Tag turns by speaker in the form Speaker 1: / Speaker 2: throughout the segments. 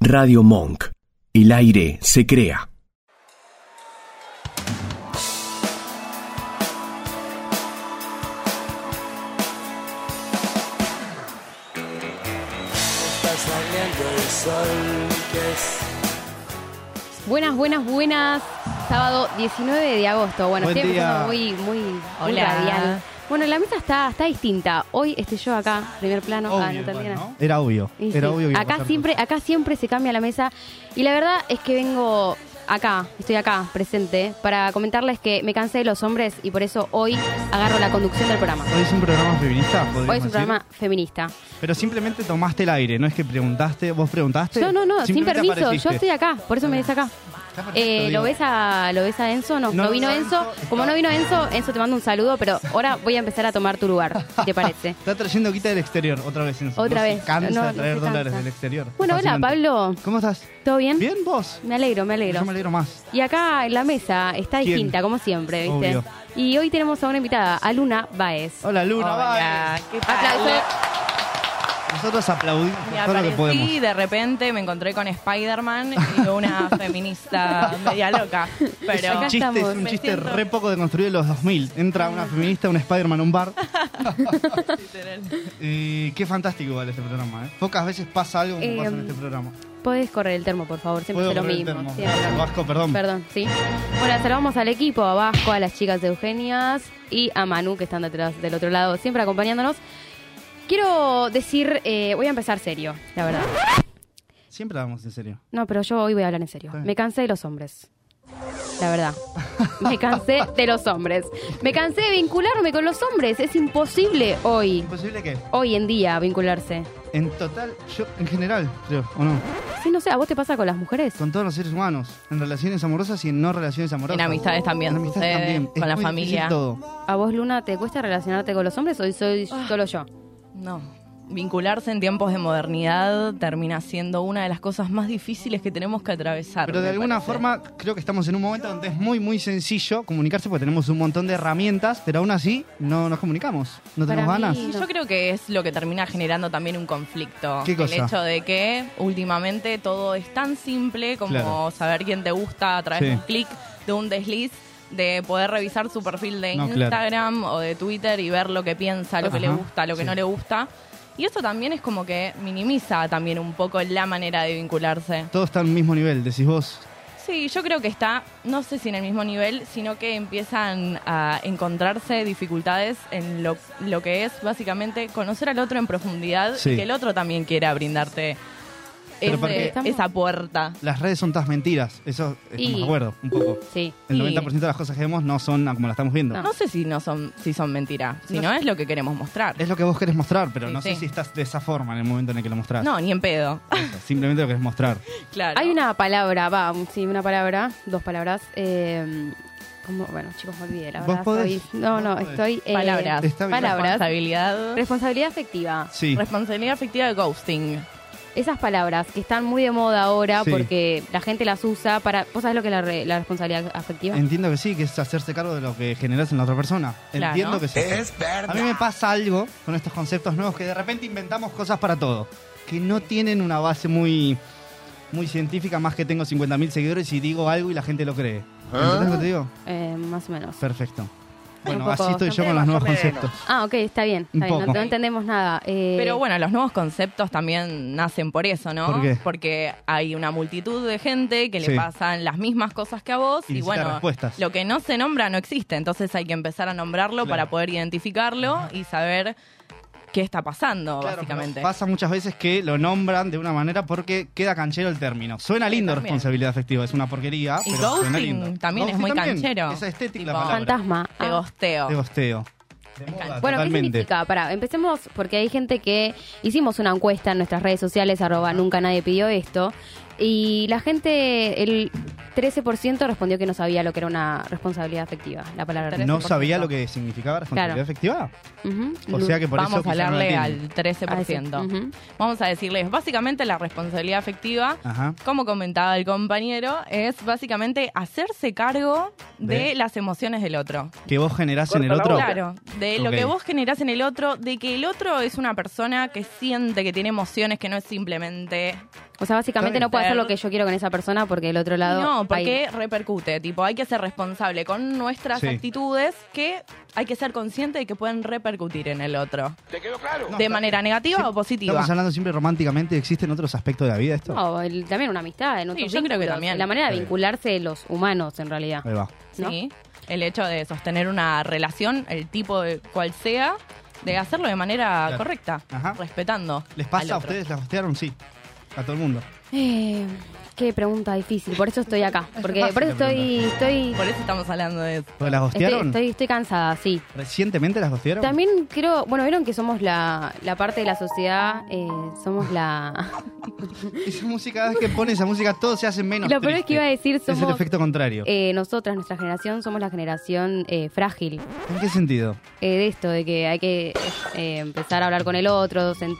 Speaker 1: Radio Monk. El aire se crea.
Speaker 2: Buenas, buenas, buenas. Sábado 19 de agosto. Bueno,
Speaker 3: Buen
Speaker 2: estoy empezando
Speaker 3: día.
Speaker 2: muy, muy, muy
Speaker 4: Hola.
Speaker 2: radial. Bueno, la mesa está, está distinta. Hoy estoy yo acá, primer plano.
Speaker 3: Obvio,
Speaker 2: Ah, no
Speaker 3: igual,
Speaker 2: termina.
Speaker 3: ¿no? Era obvio.
Speaker 2: Y sí,
Speaker 3: Era obvio que iba a
Speaker 2: acá
Speaker 3: pasar
Speaker 2: siempre, acá siempre se cambia la mesa. Y la verdad es que vengo acá, estoy acá, presente, para comentarles que me cansé de los hombres y por eso hoy agarro la conducción del programa.
Speaker 3: todo. Hoy es un programa feminista,
Speaker 2: Hoy
Speaker 3: podríamos
Speaker 2: es un
Speaker 3: decir.
Speaker 2: programa feminista.
Speaker 3: Pero simplemente tomaste el aire, no es que preguntaste, vos preguntaste.
Speaker 2: Yo no, no, sin
Speaker 3: simplemente
Speaker 2: permiso,
Speaker 3: apareciste.
Speaker 2: yo estoy acá, por eso me ves acá.
Speaker 3: Está perfecto,
Speaker 2: Eh,
Speaker 3: digo.
Speaker 2: ¿lo, ves a, ¿Lo ves a Enzo? No,
Speaker 3: No
Speaker 2: no vino
Speaker 3: lo
Speaker 2: Enzo.
Speaker 3: Enzo,
Speaker 2: Como
Speaker 3: está-
Speaker 2: no vino Enzo, Enzo te mando un saludo, pero ahora voy a empezar a tomar tu lugar, si te parece.
Speaker 3: Está trayendo guita del exterior, otra vez. Enzo.
Speaker 2: Otra
Speaker 3: No se
Speaker 2: vez.
Speaker 3: Cansa
Speaker 2: No,
Speaker 3: de
Speaker 2: no
Speaker 3: traer
Speaker 2: se
Speaker 3: dólares
Speaker 2: cansa.
Speaker 3: del exterior.
Speaker 2: Bueno, hola
Speaker 3: Fascinante.
Speaker 2: Pablo,
Speaker 3: ¿Cómo estás?
Speaker 2: ¿todo bien?
Speaker 3: ¿Bien vos?
Speaker 2: Me alegro, me alegro.
Speaker 3: Yo me alegro más.
Speaker 2: Y acá en la mesa está
Speaker 3: ¿Quién?
Speaker 2: distinta, como siempre, ¿viste?
Speaker 3: Obvio.
Speaker 2: Y hoy tenemos a una invitada, a Luna Baez.
Speaker 3: Hola, Luna,
Speaker 4: Hola,
Speaker 3: vale.
Speaker 4: ¿qué tal?
Speaker 2: Aplausos.
Speaker 3: Nosotros aplaudimos
Speaker 4: Me
Speaker 3: todo lo que podemos.
Speaker 4: aparecí, de repente me encontré con Spider-Man y una feminista media loca.
Speaker 3: es
Speaker 4: Pero
Speaker 2: Acá
Speaker 3: un chiste, es
Speaker 2: estamos.
Speaker 3: un
Speaker 4: Me
Speaker 3: chiste
Speaker 4: siento-
Speaker 3: re poco deconstruido de los 2000. Entra una feminista, un Spider-Man a un bar.
Speaker 4: literal.
Speaker 3: Eh, qué fantástico igual este programa, ¿eh? Pocas veces pasa algo como
Speaker 2: Eh,
Speaker 3: pasa en
Speaker 4: um,
Speaker 3: este programa.
Speaker 2: Podés correr el termo, por favor, siempre
Speaker 3: Puedo
Speaker 2: es lo
Speaker 3: correr el
Speaker 2: mismo.
Speaker 3: termo.
Speaker 2: siempre lo mismo.
Speaker 3: Vasco, perdón.
Speaker 2: Perdón, sí. Bueno, saludamos al equipo, a Vasco, a las chicas de Eugenias y a Manu, que están detrás del otro lado, siempre acompañándonos. Quiero decir, eh, voy a empezar serio, la verdad.
Speaker 3: Siempre hablamos en serio.
Speaker 2: No, pero yo hoy voy a hablar en serio.
Speaker 3: Está bien.
Speaker 2: Me cansé de los hombres. La verdad. Me cansé de los hombres. Me cansé de vincularme con los hombres. Es imposible hoy,
Speaker 3: ¿Imposible que?
Speaker 2: hoy en día, vincularse.
Speaker 3: En total, yo en general, creo, o no,
Speaker 2: Sí, no sé, ¿a vos te pasa con las mujeres?
Speaker 3: con todos los seres humanos, en relaciones amorosas y en no relaciones amorosas.
Speaker 4: En amistades también
Speaker 3: En amistades
Speaker 4: sucede,
Speaker 3: también.
Speaker 4: con
Speaker 3: Es
Speaker 4: la
Speaker 3: muy difícil
Speaker 4: familia.
Speaker 3: todo.
Speaker 2: ¿A vos, Luna, te cuesta relacionarte con los hombres o soy
Speaker 4: Ah.
Speaker 2: solo yo?
Speaker 4: No. Vincularse en tiempos de modernidad termina siendo una de las cosas más difíciles que tenemos que atravesar.
Speaker 3: Pero de
Speaker 4: me
Speaker 3: alguna
Speaker 4: parece.
Speaker 3: forma creo que estamos en un momento donde es muy muy sencillo comunicarse porque tenemos un montón de herramientas, pero aún así no nos comunicamos, no
Speaker 2: Para
Speaker 3: tenemos ganas.
Speaker 2: mí-
Speaker 4: Y Yo creo que es lo que termina generando también un conflicto.
Speaker 3: ¿Qué cosa?
Speaker 4: El hecho de que últimamente todo es tan simple como
Speaker 3: Claro.
Speaker 4: saber quién te gusta a través
Speaker 3: Sí.
Speaker 4: de un clic, de un desliz, de poder revisar su perfil de
Speaker 3: No, claro.
Speaker 4: Instagram o de Twitter y ver lo que piensa, lo que le
Speaker 3: Ajá,
Speaker 4: gusta, lo que
Speaker 3: sí.
Speaker 4: no le gusta. Y eso también es como que minimiza también un poco la manera de vincularse.
Speaker 3: Todo está al mismo nivel, decís vos.
Speaker 4: Sí, yo creo que está, no sé si en el mismo nivel, sino que empiezan a encontrarse dificultades en lo, lo que es básicamente conocer al otro en profundidad
Speaker 3: Sí.
Speaker 4: y que el otro también quiera brindarte
Speaker 3: Pero
Speaker 4: ese-
Speaker 3: porque-
Speaker 2: Estamos-
Speaker 4: esa puerta.
Speaker 3: Las redes son todas mentiras, eso estamos
Speaker 2: Y-
Speaker 3: de acuerdo, un poco.
Speaker 2: Sí.
Speaker 3: El
Speaker 4: y-
Speaker 3: 90% de las cosas que vemos no son como las estamos viendo.
Speaker 2: No.
Speaker 4: No sé si no son, si son mentira, si
Speaker 3: No
Speaker 4: no, es lo que queremos mostrar.
Speaker 3: Es lo que vos querés mostrar, pero
Speaker 4: Sí,
Speaker 3: no sé
Speaker 4: sí.
Speaker 3: si estás de esa forma en el momento en el que lo mostrás.
Speaker 4: No, ni en pedo.
Speaker 3: Eso, simplemente lo querés mostrar.
Speaker 4: claro.
Speaker 2: Hay una palabra, va, sí, una palabra, dos palabras. eh, como- bueno, chicos, me olvidé, la
Speaker 3: Vos
Speaker 2: verdad.
Speaker 3: podés,
Speaker 2: estoy- no,
Speaker 3: vos
Speaker 2: no,
Speaker 3: podés.
Speaker 2: estoy. eh,
Speaker 4: palabras,
Speaker 3: Está bien.
Speaker 2: palabras.
Speaker 4: responsabilidad,
Speaker 2: Responsabilidad afectiva.
Speaker 3: Sí.
Speaker 4: responsabilidad afectiva de ghosting.
Speaker 2: Esas palabras que están muy de moda ahora
Speaker 3: Sí.
Speaker 2: porque la gente las usa para. ¿Vos sabés lo que es la, re- la responsabilidad afectiva?
Speaker 3: Entiendo que sí, que es hacerse cargo de lo que generas en la otra persona.
Speaker 4: Claro.
Speaker 3: Entiendo que sí. A mí me pasa algo con estos conceptos nuevos que de repente inventamos cosas para todo, que no tienen una base muy, muy científica, más que tengo 50.000 seguidores y digo algo y la gente lo cree. ¿Entendés lo que te digo?
Speaker 2: Eh, más o menos.
Speaker 3: Perfecto. Bueno,
Speaker 2: poco-
Speaker 3: así estoy yo con los nuevos conceptos.
Speaker 2: Ah, ok, está bien.
Speaker 3: Un
Speaker 2: Está bien no,
Speaker 3: poco.
Speaker 2: no entendemos nada. eh,
Speaker 4: Pero bueno, los nuevos conceptos también nacen por eso, ¿no?
Speaker 3: ¿Por qué?
Speaker 4: Porque hay una multitud de gente que
Speaker 3: Sí.
Speaker 4: le pasan las mismas cosas que a vos
Speaker 3: Y
Speaker 4: y,
Speaker 3: necesita
Speaker 4: bueno,
Speaker 3: respuestas.
Speaker 4: lo que no se nombra no existe, entonces hay que empezar a nombrarlo
Speaker 3: Claro.
Speaker 4: para poder identificarlo y saber qué está pasando,
Speaker 3: Claro,
Speaker 4: básicamente.
Speaker 3: pero Pasa muchas veces que lo nombran de una manera porque queda canchero el término. Suena
Speaker 4: Sí,
Speaker 3: lindo
Speaker 4: también.
Speaker 3: responsabilidad afectiva, es una porquería.
Speaker 4: Y
Speaker 3: pero suena
Speaker 4: ghosting
Speaker 3: lindo.
Speaker 4: también es
Speaker 3: Ghosting
Speaker 4: muy canchero.
Speaker 3: Esa estética la
Speaker 4: Tipo,
Speaker 3: palabra.
Speaker 2: Fantasma.
Speaker 4: Te
Speaker 2: ah.
Speaker 4: gosteo.
Speaker 3: De gosteo.
Speaker 4: Me
Speaker 2: Bueno,
Speaker 4: encanta.
Speaker 2: ¿qué
Speaker 3: Ah, Totalmente.
Speaker 2: significa? Pará, empecemos porque hay gente que hicimos una encuesta en nuestras redes sociales, arroba nunca nadie pidió esto, y la gente, el 13% respondió que no sabía lo que era una responsabilidad afectiva, la palabra.
Speaker 3: No sabía lo que significaba responsabilidad
Speaker 2: Claro.
Speaker 3: afectiva.
Speaker 2: Ujú.
Speaker 3: O sea que por
Speaker 4: Vamos
Speaker 3: eso.
Speaker 4: a
Speaker 3: quizá no lo
Speaker 4: hablarle
Speaker 3: entienden.
Speaker 4: al 13%.
Speaker 2: Ah, ese. Ujú.
Speaker 4: Vamos a decirles, básicamente la responsabilidad afectiva
Speaker 3: Ajá.
Speaker 4: como comentaba el compañero, es básicamente hacerse cargo de,
Speaker 3: De.
Speaker 4: las emociones del otro.
Speaker 3: Que vos generás en el
Speaker 5: Corta la
Speaker 3: otro.
Speaker 5: boca.
Speaker 4: Claro, de lo
Speaker 3: Ok.
Speaker 4: que vos generás en el otro, de que el otro es una persona que siente, que tiene emociones, que no es simplemente
Speaker 2: O sea, básicamente
Speaker 3: Está
Speaker 2: no puedo hacer
Speaker 4: Ter-
Speaker 2: lo que yo quiero con esa persona porque el otro lado.
Speaker 4: No,
Speaker 2: hay-
Speaker 4: porque repercute. Tipo, hay que ser responsable con nuestras
Speaker 3: Sí.
Speaker 4: actitudes que hay que ser consciente de que pueden repercutir en el otro.
Speaker 5: ¿Te quedó claro?
Speaker 4: de manera negativa
Speaker 3: Sí,
Speaker 4: o positiva.
Speaker 3: Estamos hablando siempre románticamente. ¿Existen otros aspectos de la vida esto?
Speaker 2: No, el- también una amistad. En otros
Speaker 4: yo creo que
Speaker 2: vínculos,
Speaker 4: también.
Speaker 2: La manera de
Speaker 3: Sí.
Speaker 2: vincularse de los humanos, en realidad.
Speaker 3: Ahí va.
Speaker 2: ¿no?
Speaker 4: Sí. El hecho de sostener una relación, el tipo de cual sea, de hacerlo de manera
Speaker 3: Claro.
Speaker 4: correcta,
Speaker 3: Ajá.
Speaker 4: respetando.
Speaker 3: ¿Les
Speaker 4: al
Speaker 3: pasa a
Speaker 4: otro.
Speaker 3: ustedes? ¿Las hostearon? Sí. A todo el mundo.
Speaker 2: Eh, qué pregunta difícil. Por eso estoy acá. Porque
Speaker 3: fácil
Speaker 2: por eso
Speaker 3: la
Speaker 2: estoy, estoy,
Speaker 4: Por eso estamos hablando de eso.
Speaker 3: ¿Pero las
Speaker 2: estoy,
Speaker 3: hostearon?
Speaker 2: estoy- estoy cansada, sí.
Speaker 3: ¿Recientemente las hostearon?
Speaker 2: También creo, bueno, vieron que somos la, la parte de la sociedad, eh, somos la...
Speaker 3: Esa música, cada vez que pone esa música, todo se hace menos
Speaker 2: Lo peor es que
Speaker 3: triste.
Speaker 2: iba a decir,
Speaker 3: Es el
Speaker 2: somos...
Speaker 3: efecto contrario.
Speaker 2: eh, nosotras, nuestra generación, somos la generación eh, frágil
Speaker 3: ¿En qué sentido?
Speaker 2: eh, de esto, de que hay que eh, empezar a hablar con el otro, sent-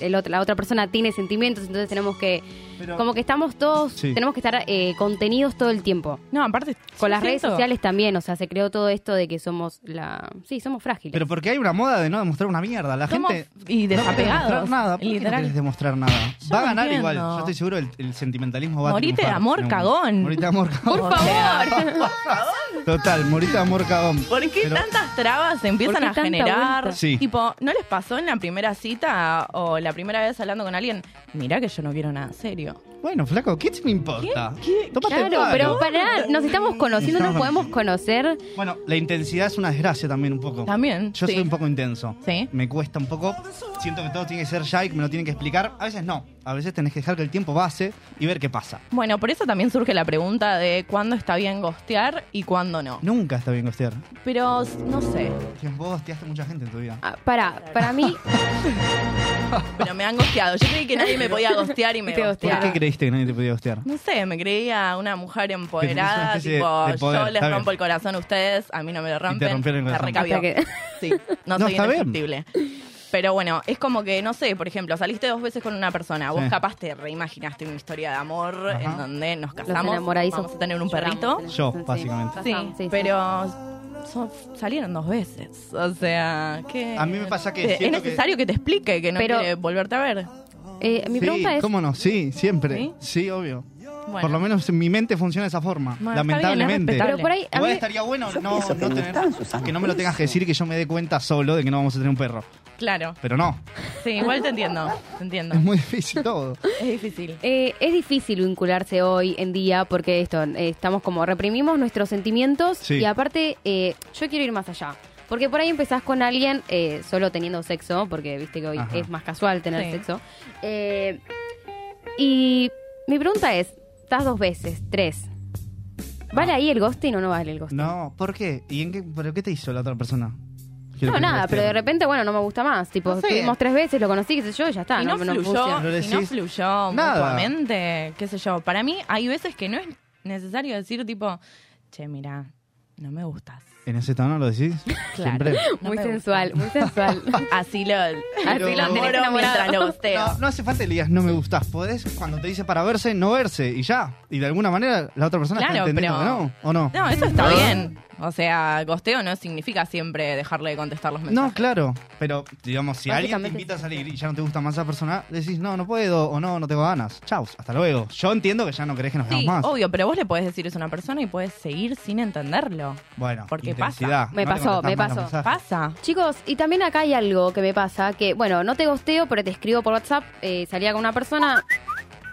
Speaker 2: el otro- la otra persona tiene sentimientos, entonces tenemos que,
Speaker 3: Pero-
Speaker 2: como que estamos todos,
Speaker 3: Sí.
Speaker 2: tenemos que estar eh, contenidos todo el tiempo.
Speaker 4: No, aparte.
Speaker 2: Con
Speaker 4: yo
Speaker 2: las redes
Speaker 4: siento-
Speaker 2: sociales también, o sea, se creó todo esto de que somos la... Sí, somos frágiles.
Speaker 3: Pero porque hay una moda de no demostrar una mierda. La
Speaker 4: Somos-
Speaker 3: gente.
Speaker 4: y
Speaker 3: No querés
Speaker 4: desapegados.
Speaker 3: demostrar nada. ¿Por qué no
Speaker 4: literal.
Speaker 3: querés demostrar nada?
Speaker 4: Yo
Speaker 3: va a
Speaker 4: no
Speaker 3: ganar
Speaker 4: entiendo.
Speaker 3: igual. Yo estoy seguro el, el sentimentalismo va
Speaker 4: Morite
Speaker 3: a
Speaker 4: de
Speaker 3: triunfar.
Speaker 4: amor,
Speaker 3: No,
Speaker 4: cagón.
Speaker 3: Morite de amor, cagón.
Speaker 4: Por favor.
Speaker 3: Total, morite de amor, cagón.
Speaker 4: ¿Por qué
Speaker 3: Pero-
Speaker 4: tantas trabas se
Speaker 2: ¿Por
Speaker 4: empiezan
Speaker 2: qué
Speaker 4: a
Speaker 2: tanta
Speaker 4: generar?
Speaker 2: vuelta?
Speaker 3: Sí.
Speaker 4: Tipo, ¿no les pasó en la primera cita o la primera vez hablando con alguien? Mirá que yo no quiero nada serio.
Speaker 3: Bueno, flaco, ¿qué te me importa?
Speaker 4: ¿Qué? ¿Qué?
Speaker 3: Tómate el
Speaker 2: Claro,
Speaker 3: palo.
Speaker 2: pero pará, nos estamos conociendo, nos podemos conocer.
Speaker 3: Bueno, la intensidad es una desgracia también un poco.
Speaker 4: También,
Speaker 3: Yo
Speaker 4: sí.
Speaker 3: soy un poco intenso.
Speaker 4: Sí.
Speaker 3: Me cuesta un poco. Siento que todo tiene que ser ya y que me lo tienen que explicar. A veces no. A veces tenés que dejar que el tiempo pase y ver qué pasa.
Speaker 4: Bueno, por eso también surge la pregunta de cuándo está bien gostear y cuándo no.
Speaker 3: Nunca está bien gostear.
Speaker 4: Pero no sé,
Speaker 3: Vos hosteaste mucha gente en tu vida.
Speaker 2: Ah, Pará, para mí,
Speaker 4: pero me han gosteado. Yo creí que nadie me podía gostear y me
Speaker 2: Y te
Speaker 4: gostearon.
Speaker 3: ¿Por qué creíste que nadie te podía gostear?
Speaker 4: No sé, me creía una mujer
Speaker 3: una
Speaker 4: empoderada,
Speaker 3: especie de-
Speaker 4: tipo,
Speaker 3: de poder,
Speaker 4: yo les
Speaker 3: está
Speaker 4: rompo
Speaker 3: bien.
Speaker 4: el corazón a ustedes, a mí no me lo rompen.
Speaker 3: rompieron el
Speaker 4: me
Speaker 3: corazón.
Speaker 4: recabió.
Speaker 2: Hasta que-
Speaker 4: Sí, no,
Speaker 3: No,
Speaker 4: soy
Speaker 3: está bien.
Speaker 4: indestructible. Pero bueno, es como que, no sé, por ejemplo, saliste dos veces con una persona, vos
Speaker 3: Sí.
Speaker 4: capaz te reimaginaste una historia de amor
Speaker 3: Ajá.
Speaker 4: en donde nos
Speaker 2: los
Speaker 4: casamos,
Speaker 2: enamoradizos.
Speaker 4: vamos a tener un
Speaker 2: lloramos.
Speaker 4: perrito.
Speaker 3: Yo,
Speaker 2: Sí.
Speaker 3: básicamente.
Speaker 4: Sí,
Speaker 2: Ajá, sí,
Speaker 4: pero so- salieron dos veces. O sea, que.
Speaker 3: A mí me pasa que
Speaker 4: que Es
Speaker 3: siento que-
Speaker 4: necesario que... te explique que no
Speaker 2: Pero-
Speaker 4: quiere volverte a ver.
Speaker 2: Eh, mi
Speaker 3: sí,
Speaker 2: pregunta es,
Speaker 3: ¿Cómo no? Sí, siempre. Sí, obvio.
Speaker 4: Bueno.
Speaker 3: Por lo menos en mi mente funciona de esa forma,
Speaker 4: Bueno, está bien, es
Speaker 3: lamentablemente.
Speaker 4: respetable.
Speaker 2: pero por ahí, a
Speaker 3: Igual
Speaker 2: mí-
Speaker 3: estaría bueno
Speaker 6: Yo
Speaker 3: no,
Speaker 6: pienso que
Speaker 3: no
Speaker 6: no
Speaker 3: tener-
Speaker 6: están sus
Speaker 3: que no me lo tengas que decir que yo me dé cuenta solo de que no vamos a tener un perro.
Speaker 4: Claro.
Speaker 3: Pero no,
Speaker 4: Sí, igual te entiendo. Te entiendo.
Speaker 3: es muy difícil todo.
Speaker 4: Es difícil.
Speaker 2: eh, es difícil vincularse hoy en día porque esto, eh, estamos como reprimimos nuestros sentimientos
Speaker 3: Sí.
Speaker 2: y aparte eh, yo quiero ir más allá. Porque por ahí empezás con alguien eh, solo teniendo sexo, porque viste que hoy
Speaker 3: Ajá.
Speaker 2: es más casual tener
Speaker 4: Sí.
Speaker 2: sexo. Eh, y mi pregunta es, estás dos veces, tres. ¿Vale
Speaker 3: Ah.
Speaker 2: ahí el ghosting o no vale el ghosting?
Speaker 3: No, ¿por qué? ¿Y en qué, pero qué te hizo la otra persona? Quiero
Speaker 2: No,
Speaker 3: que me
Speaker 2: nada, pero de
Speaker 3: gostearon.
Speaker 2: repente, bueno, no me gusta más. Tipo,
Speaker 4: No sé.
Speaker 2: estuvimos tres veces, lo conocí, qué sé yo, y ya está.
Speaker 4: Y no,
Speaker 2: no
Speaker 4: fluyó,
Speaker 2: funciona.
Speaker 3: No le
Speaker 4: si no
Speaker 3: decís
Speaker 4: fluyó
Speaker 3: nada.
Speaker 4: mutuamente, qué sé yo. Para mí hay veces que no es necesario decir tipo, che, mira, no me gustas.
Speaker 3: ¿En ese tono lo decís? Siempre.
Speaker 4: No
Speaker 2: muy
Speaker 4: me
Speaker 2: sensual, muy sensual.
Speaker 4: Así lo, así
Speaker 2: Pero-
Speaker 4: lo
Speaker 2: Tenés
Speaker 4: enamoro
Speaker 2: enamorado.
Speaker 4: mientras lo gosteo.
Speaker 3: No, no hace falta que le digas no me gustas. Podés, cuando te dice para verse, no verse y ya. Y de alguna manera la otra persona
Speaker 4: Claro,
Speaker 3: está entendiendo
Speaker 4: pero-
Speaker 3: que no, ¿o no?
Speaker 4: No, eso está bien. O sea, gosteo no significa siempre dejarle de contestar los mensajes.
Speaker 3: No, claro. Pero, digamos, si alguien te
Speaker 2: Básicamente
Speaker 3: invita a
Speaker 2: sí.
Speaker 3: salir y ya no te gusta más esa persona, le decís, no, no puedo, o no, no tengo ganas. Chau, hasta luego. Yo entiendo que ya no querés que nos veamos
Speaker 4: Sí,
Speaker 3: más.
Speaker 4: obvio, pero vos le podés decir eso a una persona y podés seguir sin entenderlo.
Speaker 3: Bueno,
Speaker 4: Porque
Speaker 3: intensidad.
Speaker 2: pasa. Me
Speaker 3: No te
Speaker 2: pasó,
Speaker 3: contestás
Speaker 2: me
Speaker 3: más los
Speaker 2: pasó.
Speaker 3: mensajes.
Speaker 4: Pasa.
Speaker 2: Chicos, y también acá hay algo que me pasa, que bueno, no te gosteo, pero te escribo por WhatsApp, eh, salía con una persona,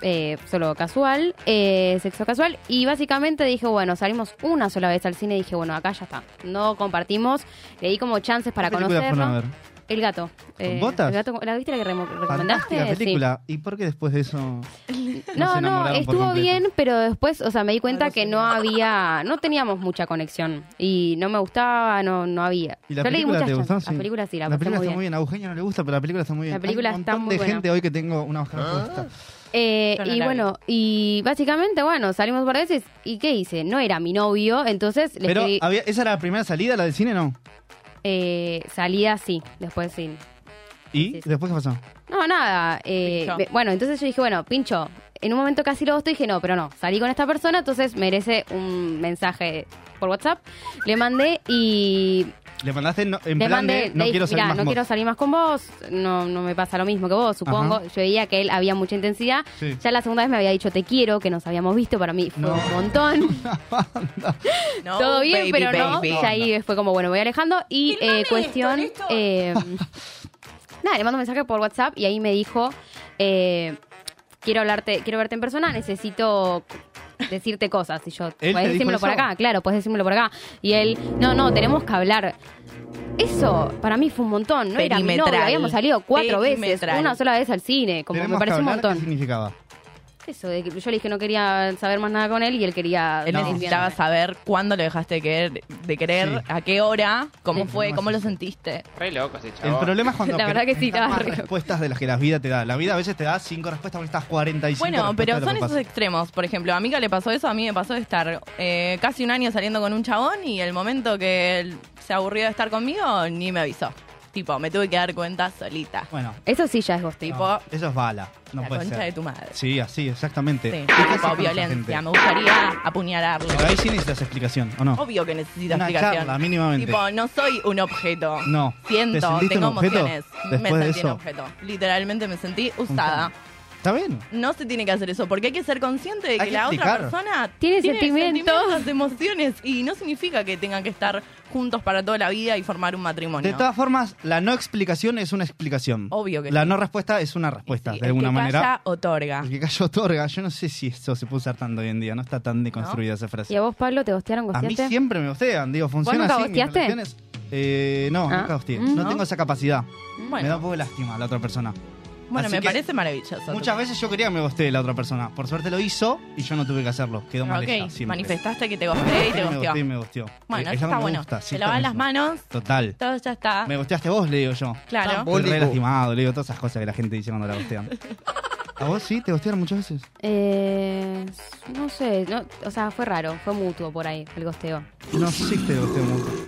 Speaker 2: eh, solo casual, eh, sexo casual, y básicamente dije, bueno, salimos una sola vez al cine, dije, bueno, acá ya está, no compartimos, le di como chances para
Speaker 3: ¿Qué película fueron a
Speaker 2: conocerlo.
Speaker 3: ver?
Speaker 2: El gato. eh,
Speaker 3: botas?
Speaker 2: El gato, ¿La viste la que remo- recomendaste?
Speaker 3: Fantástica
Speaker 2: Sí.
Speaker 3: película. ¿Y por qué después de eso?
Speaker 2: No,
Speaker 3: se
Speaker 2: no,
Speaker 3: enamoraron por
Speaker 2: estuvo
Speaker 3: completo?
Speaker 2: bien, pero después, o sea, me di cuenta que no había, no teníamos mucha conexión y no me gustaba, no, no había.
Speaker 3: ¿Y la
Speaker 2: Yo leí
Speaker 3: película
Speaker 2: muchas
Speaker 3: te gustó?
Speaker 2: chances. La película sí, la, pasé
Speaker 3: película
Speaker 2: muy
Speaker 3: está
Speaker 2: bien.
Speaker 3: muy bien. A Eugenio no le gusta, pero la película está muy bien.
Speaker 2: La película
Speaker 3: Hay un
Speaker 2: está
Speaker 3: montón
Speaker 2: muy
Speaker 3: de
Speaker 2: buena.
Speaker 3: gente hoy que tengo una Oscar puesta.
Speaker 2: Eh,
Speaker 4: Yo no
Speaker 2: y
Speaker 4: la vi.
Speaker 2: bueno, y básicamente, bueno, salimos por veces y ¿qué hice? No era mi novio, entonces le
Speaker 3: Pero
Speaker 2: escribí,
Speaker 3: había- esa era la primera salida, la del cine, ¿no?
Speaker 2: eh, salida sí, después sí.
Speaker 3: ¿Y
Speaker 2: Sí, sí.
Speaker 3: después qué pasó?
Speaker 2: No, nada. eh,
Speaker 4: Pinchó.
Speaker 2: me- bueno, entonces yo dije, bueno, pincho, en un momento casi lo gustó y dije, no, pero no, salí con esta persona, entonces merece un mensaje por WhatsApp. Le mandé y
Speaker 3: Le mandaste no- en
Speaker 2: le
Speaker 3: plan de,
Speaker 2: mandé,
Speaker 3: no
Speaker 2: le dije,
Speaker 3: quiero salir
Speaker 2: "Mirá,
Speaker 3: más
Speaker 2: no
Speaker 3: con
Speaker 2: quiero
Speaker 3: vos".
Speaker 2: salir más con vos, no, no me pasa lo mismo que vos, supongo.
Speaker 3: Ajá.
Speaker 2: Yo veía que él había mucha intensidad.
Speaker 3: Sí.
Speaker 2: Ya la segunda vez me había dicho te quiero, que nos habíamos visto, para mí fue
Speaker 3: No.
Speaker 2: un montón.
Speaker 4: No,
Speaker 2: Todo bien,
Speaker 4: baby,
Speaker 2: pero no.
Speaker 4: baby.
Speaker 2: Y ahí fue como, bueno, me voy alejando. Y eh, cuestión. eh, nada, le mando un mensaje por WhatsApp y ahí me dijo. eh, Quiero hablarte, quiero verte en persona, necesito decirte cosas. Y yo,
Speaker 3: te
Speaker 2: puedes
Speaker 3: dijo
Speaker 2: decírmelo por
Speaker 3: eso?
Speaker 2: acá, claro, puedes decírmelo por acá. Y él, no, no, tenemos que hablar. Eso para mí fue un montón, no era mi novio,
Speaker 4: Perimetral.
Speaker 2: habíamos salido cuatro veces,
Speaker 4: Perimetral.
Speaker 2: una sola vez al cine, como
Speaker 3: Tenemos
Speaker 2: me
Speaker 3: que
Speaker 2: parece un
Speaker 3: hablar,
Speaker 2: montón.
Speaker 3: ¿Qué significaba?
Speaker 2: Eso, de que yo le dije que no quería saber más nada con él y él quería
Speaker 4: Él
Speaker 3: No.
Speaker 4: necesitaba
Speaker 2: decirme.
Speaker 4: saber cuándo lo dejaste de querer, de querer
Speaker 3: Sí.
Speaker 4: a qué hora, cómo
Speaker 3: Sí.
Speaker 4: fue, cómo lo sentiste.
Speaker 5: Re loco ese
Speaker 3: El
Speaker 5: chabón.
Speaker 3: problema es cuando
Speaker 2: La verdad que sí,
Speaker 3: necesitas
Speaker 2: estaba
Speaker 3: más
Speaker 2: re-
Speaker 3: respuestas de las que la vida te da. La vida a veces te da cinco respuestas, ahora estás 45
Speaker 4: Bueno,
Speaker 3: respuestas
Speaker 4: pero
Speaker 3: de lo
Speaker 4: son
Speaker 3: que
Speaker 4: esos
Speaker 3: pasa.
Speaker 4: extremos. Por ejemplo, a Mika le pasó eso, a mí me pasó de estar eh, casi un año saliendo con un chabón y el momento que él se aburrió de estar conmigo, ni me avisó. Tipo, me tuve que dar cuenta solita.
Speaker 3: Bueno,
Speaker 2: Eso sí ya es ghosting.
Speaker 4: Tipo,
Speaker 3: no, eso es bala. No
Speaker 4: la
Speaker 3: puede
Speaker 4: concha
Speaker 3: ser.
Speaker 4: de tu madre.
Speaker 3: Sí, así,
Speaker 4: Sí,
Speaker 3: exactamente. ¿Qué pasa
Speaker 4: tipo,
Speaker 3: con esa
Speaker 4: violencia.
Speaker 3: gente?
Speaker 4: Me gustaría apuñalarlo.
Speaker 3: Pero ahí sí necesitas explicación, ¿o no?
Speaker 4: Obvio que necesito
Speaker 3: Una
Speaker 4: explicación.
Speaker 3: charla, mínimamente.
Speaker 4: Tipo, no soy un objeto.
Speaker 3: No. ¿Te
Speaker 4: Siento,
Speaker 3: sentiste
Speaker 4: tengo
Speaker 3: un objeto
Speaker 4: emociones. me
Speaker 3: después de
Speaker 4: sentí un
Speaker 3: eso?
Speaker 4: objeto. Literalmente me sentí usada.
Speaker 3: ¿Está bien?
Speaker 4: No se tiene que hacer eso, porque hay que ser consciente de
Speaker 3: Hay
Speaker 4: que,
Speaker 3: que
Speaker 4: la
Speaker 3: explicar.
Speaker 4: otra persona
Speaker 2: Tiene sentimientos.
Speaker 4: sentimientos, emociones, y no significa que tengan que estar juntos para toda la vida y formar un matrimonio.
Speaker 3: De todas formas, la no explicación es una explicación.
Speaker 4: Obvio que
Speaker 3: La
Speaker 4: sí.
Speaker 3: no respuesta es una
Speaker 4: Sí,
Speaker 3: respuesta,
Speaker 4: el
Speaker 3: de alguna
Speaker 4: que
Speaker 3: manera.
Speaker 4: calla, otorga.
Speaker 3: El que cayó otorga. Yo no sé si eso se puede usar tanto hoy en día. No está tan deconstruida esa frase.
Speaker 2: ¿Y a vos, Pablo, te gostearon,
Speaker 3: A mí
Speaker 2: gosteaste?
Speaker 3: siempre me gustean, digo, funciona
Speaker 2: nunca
Speaker 3: así. mis
Speaker 2: gosteaste?
Speaker 3: relaciones. Eh, no,
Speaker 2: Ah.
Speaker 3: nunca hosteé.
Speaker 2: Mm.
Speaker 3: No, tengo esa capacidad. Me da un
Speaker 4: Bueno,
Speaker 3: poco de lástima la otra persona.
Speaker 4: bueno
Speaker 3: Así
Speaker 4: me
Speaker 3: que
Speaker 4: parece maravilloso.
Speaker 3: Muchas veces yo quería que me gostee la otra persona. Por suerte lo hizo y yo no tuve que hacerlo. Quedó mal ella,
Speaker 4: Ah, Ok,
Speaker 3: siempre.
Speaker 4: manifestaste que te gosté y te
Speaker 3: Sí, me
Speaker 4: gosteó.
Speaker 3: gosté y me gosteó.
Speaker 4: Bueno,
Speaker 3: Eh,
Speaker 4: eso
Speaker 3: es lo que
Speaker 4: está
Speaker 3: me
Speaker 4: bueno.
Speaker 3: gusta, sí,
Speaker 4: te
Speaker 3: está
Speaker 4: lavas las
Speaker 3: buenas
Speaker 4: manos,
Speaker 3: Total.
Speaker 4: todo ya
Speaker 2: Ah.
Speaker 4: está.
Speaker 3: Me gosteaste vos, le digo yo.
Speaker 4: Claro.
Speaker 3: Estoy re lastimado, le digo todas esas cosas que la gente dice cuando la gostean. ¿A vos sí? ¿Te gostearon muchas veces?
Speaker 2: Eh, no sé, no, o sea, fue raro, fue mutuo por ahí el gosteo.
Speaker 3: No sé si te gosteo mucho.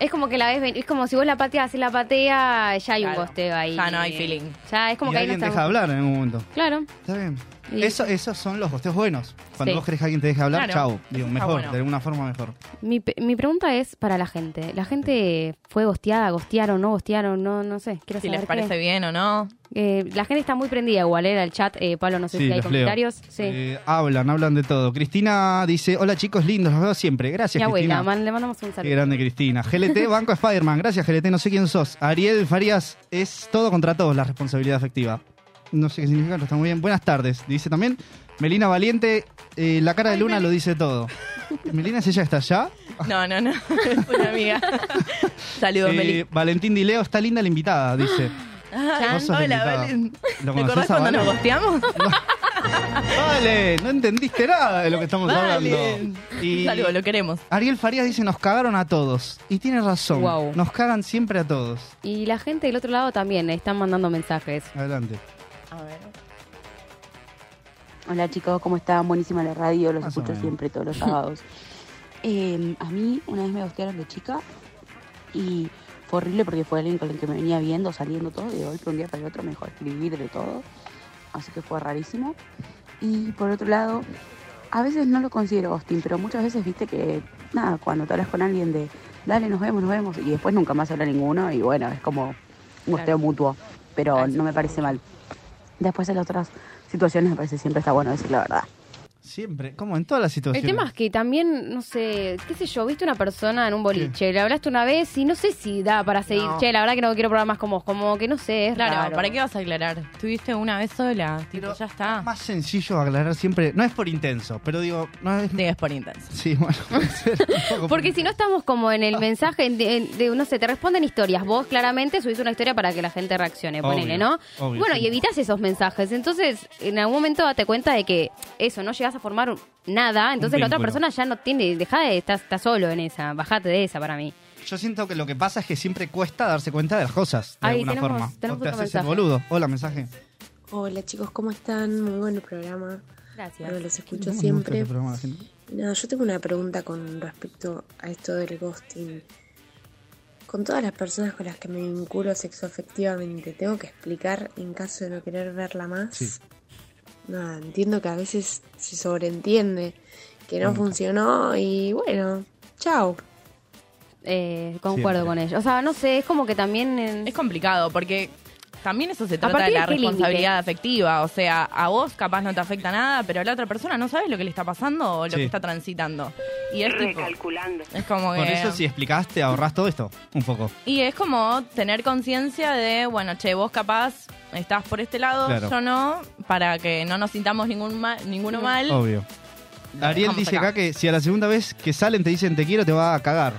Speaker 2: Es como que la ves, ven- es como si vos la pateas y la patea, ya hay
Speaker 4: Claro.
Speaker 2: un gosteo ahí.
Speaker 4: Ya no hay feeling.
Speaker 2: Ya es como
Speaker 3: y
Speaker 2: que ahí no
Speaker 3: alguien
Speaker 2: está.
Speaker 3: deja de hablar en algún momento.
Speaker 2: Claro,
Speaker 3: Está bien.
Speaker 2: Y-
Speaker 3: Eso, esos son los gosteos buenos. Cuando
Speaker 2: Sí.
Speaker 3: vos querés que alguien te deje hablar,
Speaker 4: Claro.
Speaker 3: chau. Digo,
Speaker 4: Está
Speaker 3: mejor,
Speaker 4: bueno.
Speaker 3: de alguna forma mejor.
Speaker 2: mi, pe- mi pregunta es para la gente. ¿La gente fue gosteada, gostearon, no gostearon? No, no sé, quiero
Speaker 4: Si
Speaker 2: saber
Speaker 4: les
Speaker 2: qué.
Speaker 4: parece bien o no.
Speaker 2: Eh, la gente está muy prendida igual, era el chat. Eh, Pablo, no sé si hay
Speaker 3: los leo.
Speaker 2: comentarios. Sí.
Speaker 3: Eh, hablan, hablan de todo. Cristina dice, hola chicos, lindos, los veo siempre. Gracias,
Speaker 2: Mi abuela,
Speaker 3: Cristina.
Speaker 2: man- le mandamos un
Speaker 3: Qué
Speaker 2: saludo.
Speaker 3: grande, Cristina. GLT, Banco Spider-Man. Gracias, GLT. No sé quién sos. Ariel Farías, es todo contra todos la responsabilidad afectiva. No sé qué significa, pero está muy bien. Buenas tardes. Dice también Melina Valiente, eh, la cara de Luna lo dice todo. Melina, si ella está allá.
Speaker 4: No, no, no. Es una amiga. Saludos,
Speaker 3: Eh,
Speaker 4: Meli.
Speaker 3: Valentín Dileo, está linda la invitada, dice.
Speaker 4: Ah,
Speaker 3: Vos sos
Speaker 4: Hola,
Speaker 3: invitada.
Speaker 4: Belén.
Speaker 3: ¿Lo
Speaker 4: ¿Te acordás
Speaker 3: conocés a
Speaker 4: cuando nos
Speaker 3: Valen?
Speaker 4: gosteamos?
Speaker 3: Vale, no entendiste nada de lo que estamos
Speaker 4: Valen.
Speaker 3: hablando. Y
Speaker 4: Saludos, lo queremos.
Speaker 3: Ariel Farías dice, nos cagaron a todos. Y tiene razón.
Speaker 2: Guau.
Speaker 3: Nos cagan siempre a todos.
Speaker 2: Y la gente del otro lado también eh, están mandando mensajes.
Speaker 3: Adelante.
Speaker 4: A ver.
Speaker 6: Hola chicos, ¿cómo están? Buenísima la radio, los
Speaker 3: Más o
Speaker 6: escucho
Speaker 3: menos.
Speaker 6: siempre todos los sábados. Eh, a mí una vez me gustearon de chica y fue horrible porque fue alguien con el que me venía viendo, saliendo todo, y de golpe un día para el otro me dejó de escribir de todo, así que fue rarísimo. Y por otro lado, a veces no lo considero ghosting, pero muchas veces viste que, nada, cuando te hablas con alguien de, dale, nos vemos, nos vemos, y después nunca más habla ninguno, y bueno, es como un gosteo
Speaker 2: Claro.
Speaker 6: mutuo, pero
Speaker 4: Claro,
Speaker 6: no me parece mal. Después en las otras situaciones me parece siempre está bueno decir la verdad.
Speaker 3: Siempre, como en todas las
Speaker 2: El
Speaker 3: situaciones.
Speaker 2: tema es que también, no sé, qué sé yo, viste una persona en un boliche, le hablaste una vez y no sé si da para seguir,
Speaker 4: No.
Speaker 2: che, la verdad que no quiero probar más con vos, como que no sé, es
Speaker 4: Claro,
Speaker 2: raro.
Speaker 4: ¿para qué vas a aclarar? Tuviste una vez sola. Tipo,
Speaker 3: Pero
Speaker 4: ya está.
Speaker 3: Es más sencillo aclarar siempre. No es por intenso, pero digo, no es.
Speaker 4: Sí, es por intenso.
Speaker 3: Sí, bueno, puede ser un poco
Speaker 2: Porque si no estamos como en
Speaker 3: Ah.
Speaker 2: el mensaje, en- en- de, no sé, te responden historias, vos claramente subís una historia para que la gente reaccione,
Speaker 3: Obvio,
Speaker 2: ponele, ¿no?
Speaker 3: obvio,
Speaker 2: bueno,
Speaker 3: sí.
Speaker 2: y evitas esos mensajes, entonces en algún momento date cuenta de que eso, no llegas a formar un- nada, entonces la otra
Speaker 3: vínculo.
Speaker 2: persona ya no tiene, deja de, estás, estás solo en esa, bajate de esa para mí.
Speaker 3: Yo siento que lo que pasa es que siempre cuesta darse cuenta de las cosas, de
Speaker 2: Ahí
Speaker 3: alguna
Speaker 2: tenemos-
Speaker 3: forma.
Speaker 2: tenemos
Speaker 3: o te
Speaker 2: otro
Speaker 3: haces el
Speaker 2: mensaje.
Speaker 3: boludo. Hola, mensaje.
Speaker 7: Hola chicos, ¿cómo están? Muy bueno el programa.
Speaker 2: Gracias.
Speaker 7: Bueno, los escucho
Speaker 3: No, no creo
Speaker 7: siempre.
Speaker 3: que este programa la gente.
Speaker 7: Nada, yo tengo una pregunta con respecto a esto del ghosting. Con todas las personas con las que me vinculo sexoafectivamente, ¿tengo que explicar en caso de no querer verla más?
Speaker 3: Sí.
Speaker 7: nada, entiendo que a veces se sobreentiende que no funcionó y bueno, chao.
Speaker 2: Eh, concuerdo
Speaker 3: Siempre.
Speaker 2: con ello. O sea, no sé, es como que también... en-
Speaker 4: Es complicado porque también eso se trata de
Speaker 2: partir
Speaker 4: la
Speaker 2: de qué
Speaker 4: responsabilidad
Speaker 2: límite?
Speaker 4: afectiva. O sea, a vos capaz no te afecta nada, pero a la otra persona no sabes lo que le está pasando o lo
Speaker 3: Sí.
Speaker 4: que está transitando. Y es tipo,
Speaker 8: Recalculando.
Speaker 4: es como que...
Speaker 3: Por eso si explicaste, ahorrás todo esto, un poco.
Speaker 4: Y es como tener conciencia de, bueno, che, vos capaz estás por este lado,
Speaker 3: Claro.
Speaker 4: yo no, para que no nos sintamos ningún ma- ninguno mal.
Speaker 3: Obvio.
Speaker 4: Lo
Speaker 3: Ariel
Speaker 4: dejamos
Speaker 3: dice
Speaker 4: acá.
Speaker 3: acá que si a la segunda vez que salen te dicen te quiero, te va a cagar.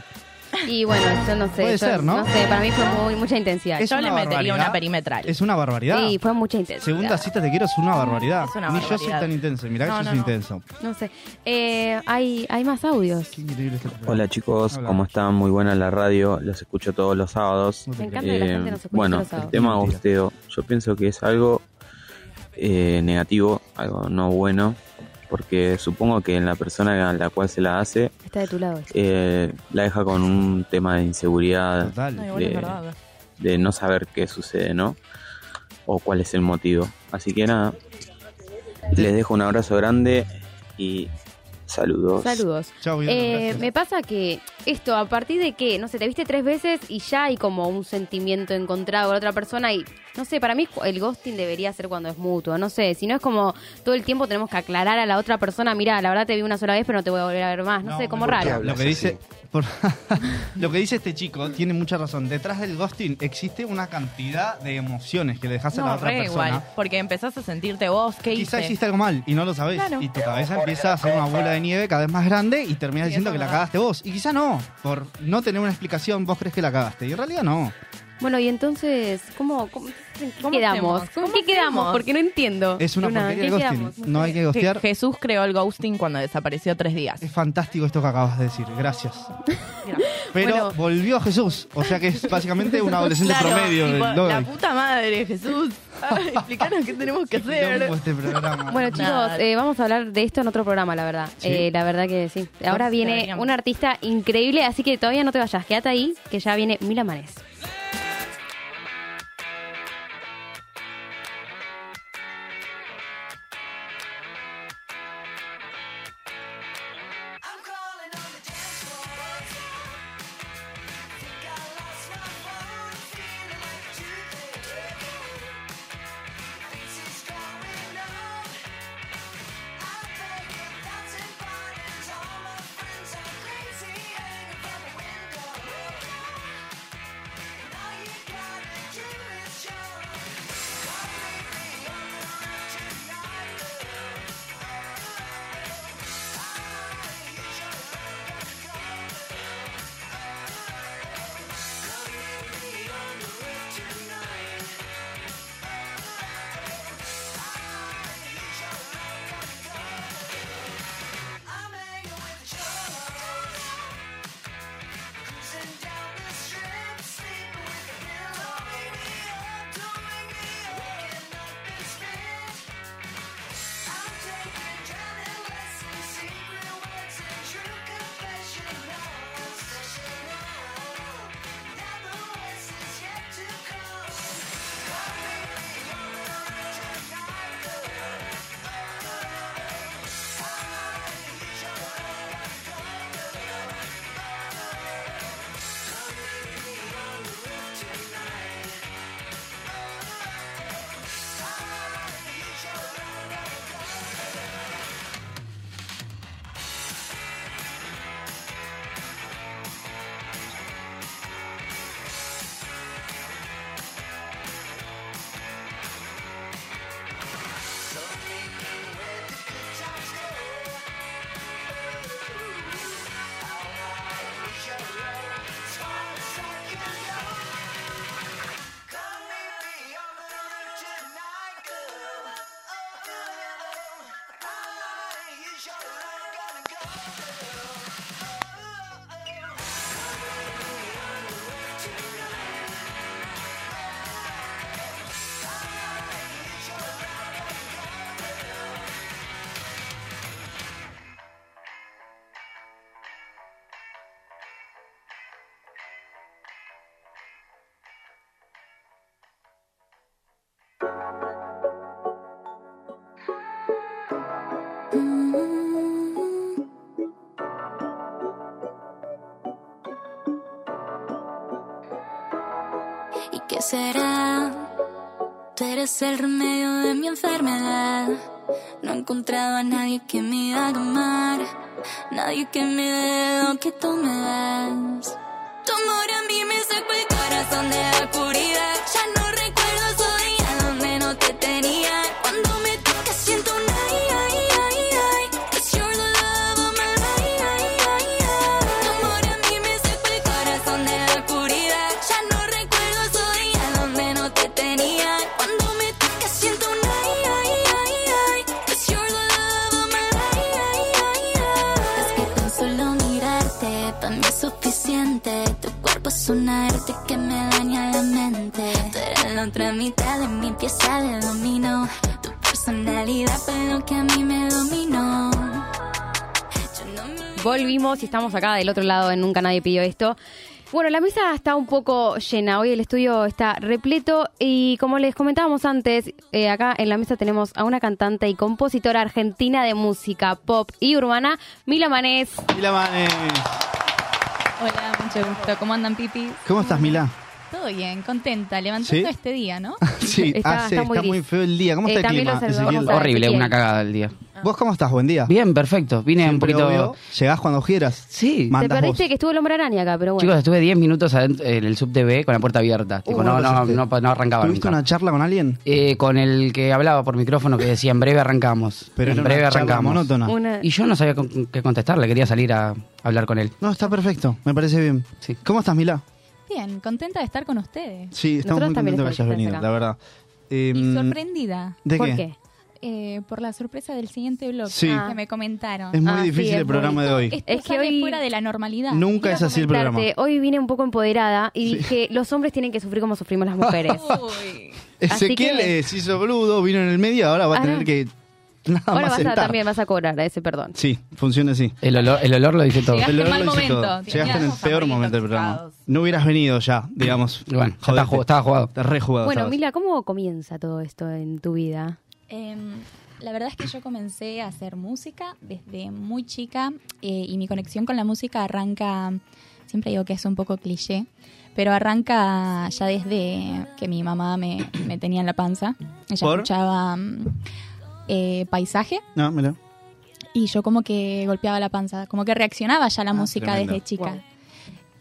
Speaker 2: Y bueno, yo no sé.
Speaker 3: Puede
Speaker 2: yo
Speaker 3: ser, ¿no?
Speaker 2: sé, para mí fue muy, mucha intensidad.
Speaker 3: Es
Speaker 4: Yo
Speaker 3: una
Speaker 4: le metería
Speaker 3: barbaridad.
Speaker 4: una perimetral.
Speaker 3: Es una barbaridad.
Speaker 2: Sí, fue mucha intensidad.
Speaker 3: Segunda cita te quiero es una barbaridad.
Speaker 4: Es una
Speaker 3: Ni yo soy
Speaker 4: barbaridad.
Speaker 3: tan intenso. Mirá que
Speaker 4: No,
Speaker 3: yo
Speaker 4: no,
Speaker 3: soy
Speaker 4: no.
Speaker 3: intenso.
Speaker 2: No sé. Eh, hay, hay más audios.
Speaker 3: Qué increíble este programa.
Speaker 9: Hola chicos,
Speaker 3: Hola.
Speaker 9: ¿cómo están? Muy buena la radio, los escucho todos los sábados.
Speaker 3: No te
Speaker 2: Me encanta
Speaker 3: creo.
Speaker 2: que la
Speaker 9: Eh,
Speaker 2: gente nos escuche
Speaker 9: bueno,
Speaker 2: los sábados.
Speaker 9: el tema
Speaker 3: Mentira.
Speaker 9: gosteo, yo pienso que es algo eh, negativo, algo no bueno, porque supongo que en la persona a la cual se la hace,
Speaker 2: Está de tu lado. esto.
Speaker 9: eh, la deja con un tema de inseguridad,
Speaker 4: Ay,
Speaker 3: Total.
Speaker 4: bueno, es
Speaker 9: de-
Speaker 4: verdad.
Speaker 9: de no saber qué sucede, ¿no? O cuál es el motivo. Así que nada, les dejo un abrazo grande y saludos.
Speaker 2: Saludos.
Speaker 3: Chau, Guido,
Speaker 2: Eh,
Speaker 3: gracias.
Speaker 2: me pasa que esto, a partir de que, no sé, te viste tres veces y ya hay como un sentimiento encontrado con la otra persona y, no sé, para mí el ghosting debería ser cuando es mutuo, no sé, si no es como todo el tiempo tenemos que aclarar a la otra persona, mira, la verdad te vi una sola vez pero no te voy a volver a ver más, no,
Speaker 3: No,
Speaker 2: sé, como
Speaker 3: ¿por qué
Speaker 2: raro.
Speaker 3: Lo que dice. por- lo que dice este chico tiene mucha razón. Detrás del ghosting existe una cantidad de emociones que le dejas a la
Speaker 4: No,
Speaker 3: otra
Speaker 4: re
Speaker 3: persona.
Speaker 4: igual, porque empezás a sentirte vos, ¿qué
Speaker 3: Quizá
Speaker 4: hice?
Speaker 3: hiciste algo mal y no lo sabés.
Speaker 4: Claro.
Speaker 3: Y tu cabeza empieza a hacer una bola de nieve cada vez más grande y terminas
Speaker 4: Sí,
Speaker 3: diciendo
Speaker 4: eso
Speaker 3: que
Speaker 4: es
Speaker 3: la
Speaker 4: verdad.
Speaker 3: cagaste vos. Y quizá no. Por no tener una explicación, vos crees que la cagaste. Y en realidad no.
Speaker 2: Bueno, y entonces, ¿cómo, cómo, en qué
Speaker 4: ¿Cómo
Speaker 2: quedamos?
Speaker 4: hacemos?
Speaker 2: ¿Con
Speaker 4: ¿Cómo
Speaker 2: qué quedamos?
Speaker 4: hacemos?
Speaker 2: Porque no entiendo.
Speaker 3: Es una
Speaker 2: Luna,
Speaker 3: porquería el
Speaker 2: ¿qué
Speaker 3: ghosting.
Speaker 2: quedamos?
Speaker 3: No hay que
Speaker 4: Je-
Speaker 3: ghostear.
Speaker 4: Jesús creó el ghosting cuando desapareció tres días.
Speaker 3: Es fantástico esto que acabas de decir, gracias. Pero
Speaker 2: Bueno.
Speaker 3: volvió Jesús, o sea que es básicamente un adolescente
Speaker 4: Claro,
Speaker 3: promedio
Speaker 4: tipo,
Speaker 3: del
Speaker 4: la
Speaker 3: Doggy.
Speaker 4: puta madre, Jesús. Ay, Explícanos qué tenemos que
Speaker 3: Quilombo
Speaker 4: hacer.
Speaker 3: este programa.
Speaker 2: Bueno, chicos,
Speaker 4: Nada.
Speaker 2: eh, vamos a hablar de esto en otro programa, la verdad.
Speaker 3: Sí.
Speaker 2: Eh, la verdad que sí. Ahora
Speaker 4: Nos
Speaker 2: viene
Speaker 4: deberíamos.
Speaker 2: un artista increíble, así que todavía no te vayas. Quédate ahí, que ya viene Mila Manés.
Speaker 1: I
Speaker 5: ¿Qué será? Tú eres el remedio de mi enfermedad. No he encontrado a nadie que me haga amar. Nadie que me dé lo que tú me das. Tu amor a mí me sacó el corazón de la oscuridad. Ya no recuerdo esos días donde no te tenía. Cuando me tocas siento un ay, ay, ay, ay. 'Cause you're the love of my life, ay, ay, ay. Tu amor a mí me sacó el corazón de la oscuridad. Ya no recuerdo esos días donde no te tenía. Cuando me tocas siento un ay, ay, ay, ay. 'Cause you're the love of my life, ay, ay, ay. Es que con solo mirarte para mí es suficiente. Tu cuerpo es un arte que me daña la mente. Tú eres la otra mitad de mi pieza de dominó. Tu personalidad fue lo que a mí me dominó. Yo no me
Speaker 2: Volvimos y estamos acá del otro lado en Nunca Nadie Pidió Esto. Bueno, la mesa está un poco llena. Hoy el estudio está repleto y como les comentábamos antes, eh, acá en la mesa tenemos a una cantante y compositora argentina de música pop y urbana, Mila Manés.
Speaker 3: Mila Manes.
Speaker 10: Hola, mucho gusto. ¿Cómo andan, Pipi?
Speaker 3: ¿Cómo estás, Mila?
Speaker 10: Todo bien, contenta, levantando
Speaker 3: ¿Sí?
Speaker 10: este día, ¿no?
Speaker 3: Sí,
Speaker 2: Está-
Speaker 3: hace-
Speaker 2: está
Speaker 3: está,
Speaker 2: muy
Speaker 3: muy,
Speaker 2: gris.
Speaker 3: feo el día. ¿Cómo
Speaker 2: Eh,
Speaker 3: está el
Speaker 2: también
Speaker 3: clima,
Speaker 2: lo saludamos
Speaker 3: Ezequiel?
Speaker 2: a-
Speaker 11: Horrible,
Speaker 2: Ezequiel.
Speaker 11: una cagada el día.
Speaker 3: ¿Vos cómo estás? Buen día.
Speaker 11: Bien, perfecto. Vine un
Speaker 3: Siempre
Speaker 11: poquito.
Speaker 3: obvio, Llegás cuando giras.
Speaker 11: Sí.
Speaker 2: Te
Speaker 3: Mandas
Speaker 2: perdiste
Speaker 3: vos.
Speaker 2: que estuvo el hombre araña acá, pero bueno.
Speaker 11: Chicos, estuve 10 minutos adent- en el subte B con la puerta abierta. Tipo,
Speaker 3: Uh,
Speaker 11: no, no,
Speaker 3: pasaste.
Speaker 11: no, no arrancaba
Speaker 3: ¿Tuviste
Speaker 11: nunca.
Speaker 3: una charla con alguien?
Speaker 11: Eh, con el que hablaba por micrófono que decía en breve arrancamos.
Speaker 3: Pero
Speaker 11: en
Speaker 3: era
Speaker 11: breve
Speaker 3: una charla
Speaker 11: arrancamos.
Speaker 3: monótona.
Speaker 2: Una-
Speaker 11: Y yo no sabía con- qué contestarle, quería salir a hablar con él.
Speaker 3: No, está perfecto. Me parece bien.
Speaker 11: Sí.
Speaker 3: ¿Cómo estás, Mila?
Speaker 10: Bien, contenta de estar con ustedes.
Speaker 3: Sí, estamos
Speaker 2: Nosotros
Speaker 3: muy
Speaker 2: también
Speaker 3: contentos que hayas
Speaker 2: estamos
Speaker 3: venido,
Speaker 2: acá.
Speaker 3: la verdad. Eh,
Speaker 10: Y sorprendida
Speaker 3: ¿De
Speaker 2: ¿Por qué?
Speaker 10: eh, por la sorpresa del siguiente blog
Speaker 3: Sí.
Speaker 10: Ah, que me comentaron.
Speaker 3: Es muy
Speaker 2: Ah, sí,
Speaker 3: difícil
Speaker 2: es
Speaker 3: el programa de hoy.
Speaker 10: Esto
Speaker 2: Es que
Speaker 10: sale
Speaker 2: hoy-
Speaker 10: fuera de la normalidad.
Speaker 3: Nunca
Speaker 2: Quiero
Speaker 3: es así el programa.
Speaker 2: comentarte, Hoy vine un poco empoderada y dije, los hombres tienen que sufrir como sufrimos las mujeres.
Speaker 4: Uy.
Speaker 2: así
Speaker 3: Ezequiel
Speaker 2: que-
Speaker 3: eh, se hizo boludo, vino en el medio, ahora va a
Speaker 2: Ahora-
Speaker 3: tener que nada
Speaker 2: Ahora
Speaker 3: más
Speaker 2: vas a,
Speaker 3: sentar.
Speaker 2: también vas a cobrar a ese perdón.
Speaker 3: Sí, funciona así.
Speaker 11: El olor, el olor lo dice todo.
Speaker 10: Llegaste
Speaker 3: El
Speaker 10: en
Speaker 3: olor
Speaker 10: mal
Speaker 3: lo dice
Speaker 10: momento,
Speaker 3: todo.
Speaker 10: te
Speaker 3: Llegaste en el
Speaker 10: quedamos
Speaker 3: peor
Speaker 4: amarillos,
Speaker 3: momento del programa.
Speaker 4: tocados.
Speaker 3: No hubieras venido ya, digamos.
Speaker 11: Y Bueno, ya
Speaker 3: Jodete.
Speaker 11: está ju- estaba jugado.
Speaker 3: Estás re jugado,
Speaker 2: Bueno,
Speaker 3: estabas.
Speaker 2: Mila, ¿cómo comienza todo esto en tu vida?
Speaker 10: Em, la verdad es que yo comencé a hacer música desde muy chica eh, y mi conexión con la música arranca, siempre digo que es un poco cliché, pero arranca ya desde que mi mamá me, me tenía en la panza. Ella
Speaker 3: ¿Por?
Speaker 10: escuchaba mm, eh, paisaje
Speaker 3: No, mira.
Speaker 10: y yo como que golpeaba la panza, como que reaccionaba ya a la
Speaker 3: Ah,
Speaker 10: música
Speaker 3: tremendo.
Speaker 10: desde chica.
Speaker 2: Wow.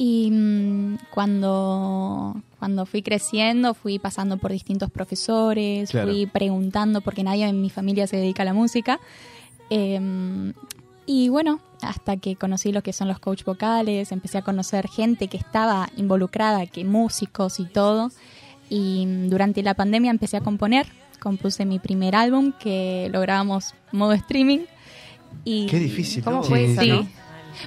Speaker 10: Y mm, cuando, cuando fui creciendo, fui pasando por distintos profesores,
Speaker 3: Claro.
Speaker 10: fui preguntando, porque nadie en mi familia se dedica a la música. Em, y bueno, hasta que conocí lo que son los coach vocales, empecé a conocer gente que estaba involucrada, que músicos y todo. Y mm, durante la pandemia empecé a componer, compuse mi primer álbum que lo grabamos modo streaming. Y
Speaker 3: Qué difícil.
Speaker 2: ¿Cómo
Speaker 3: ¿no?
Speaker 2: fue
Speaker 11: Sí.
Speaker 2: eso,
Speaker 10: Sí.
Speaker 2: no?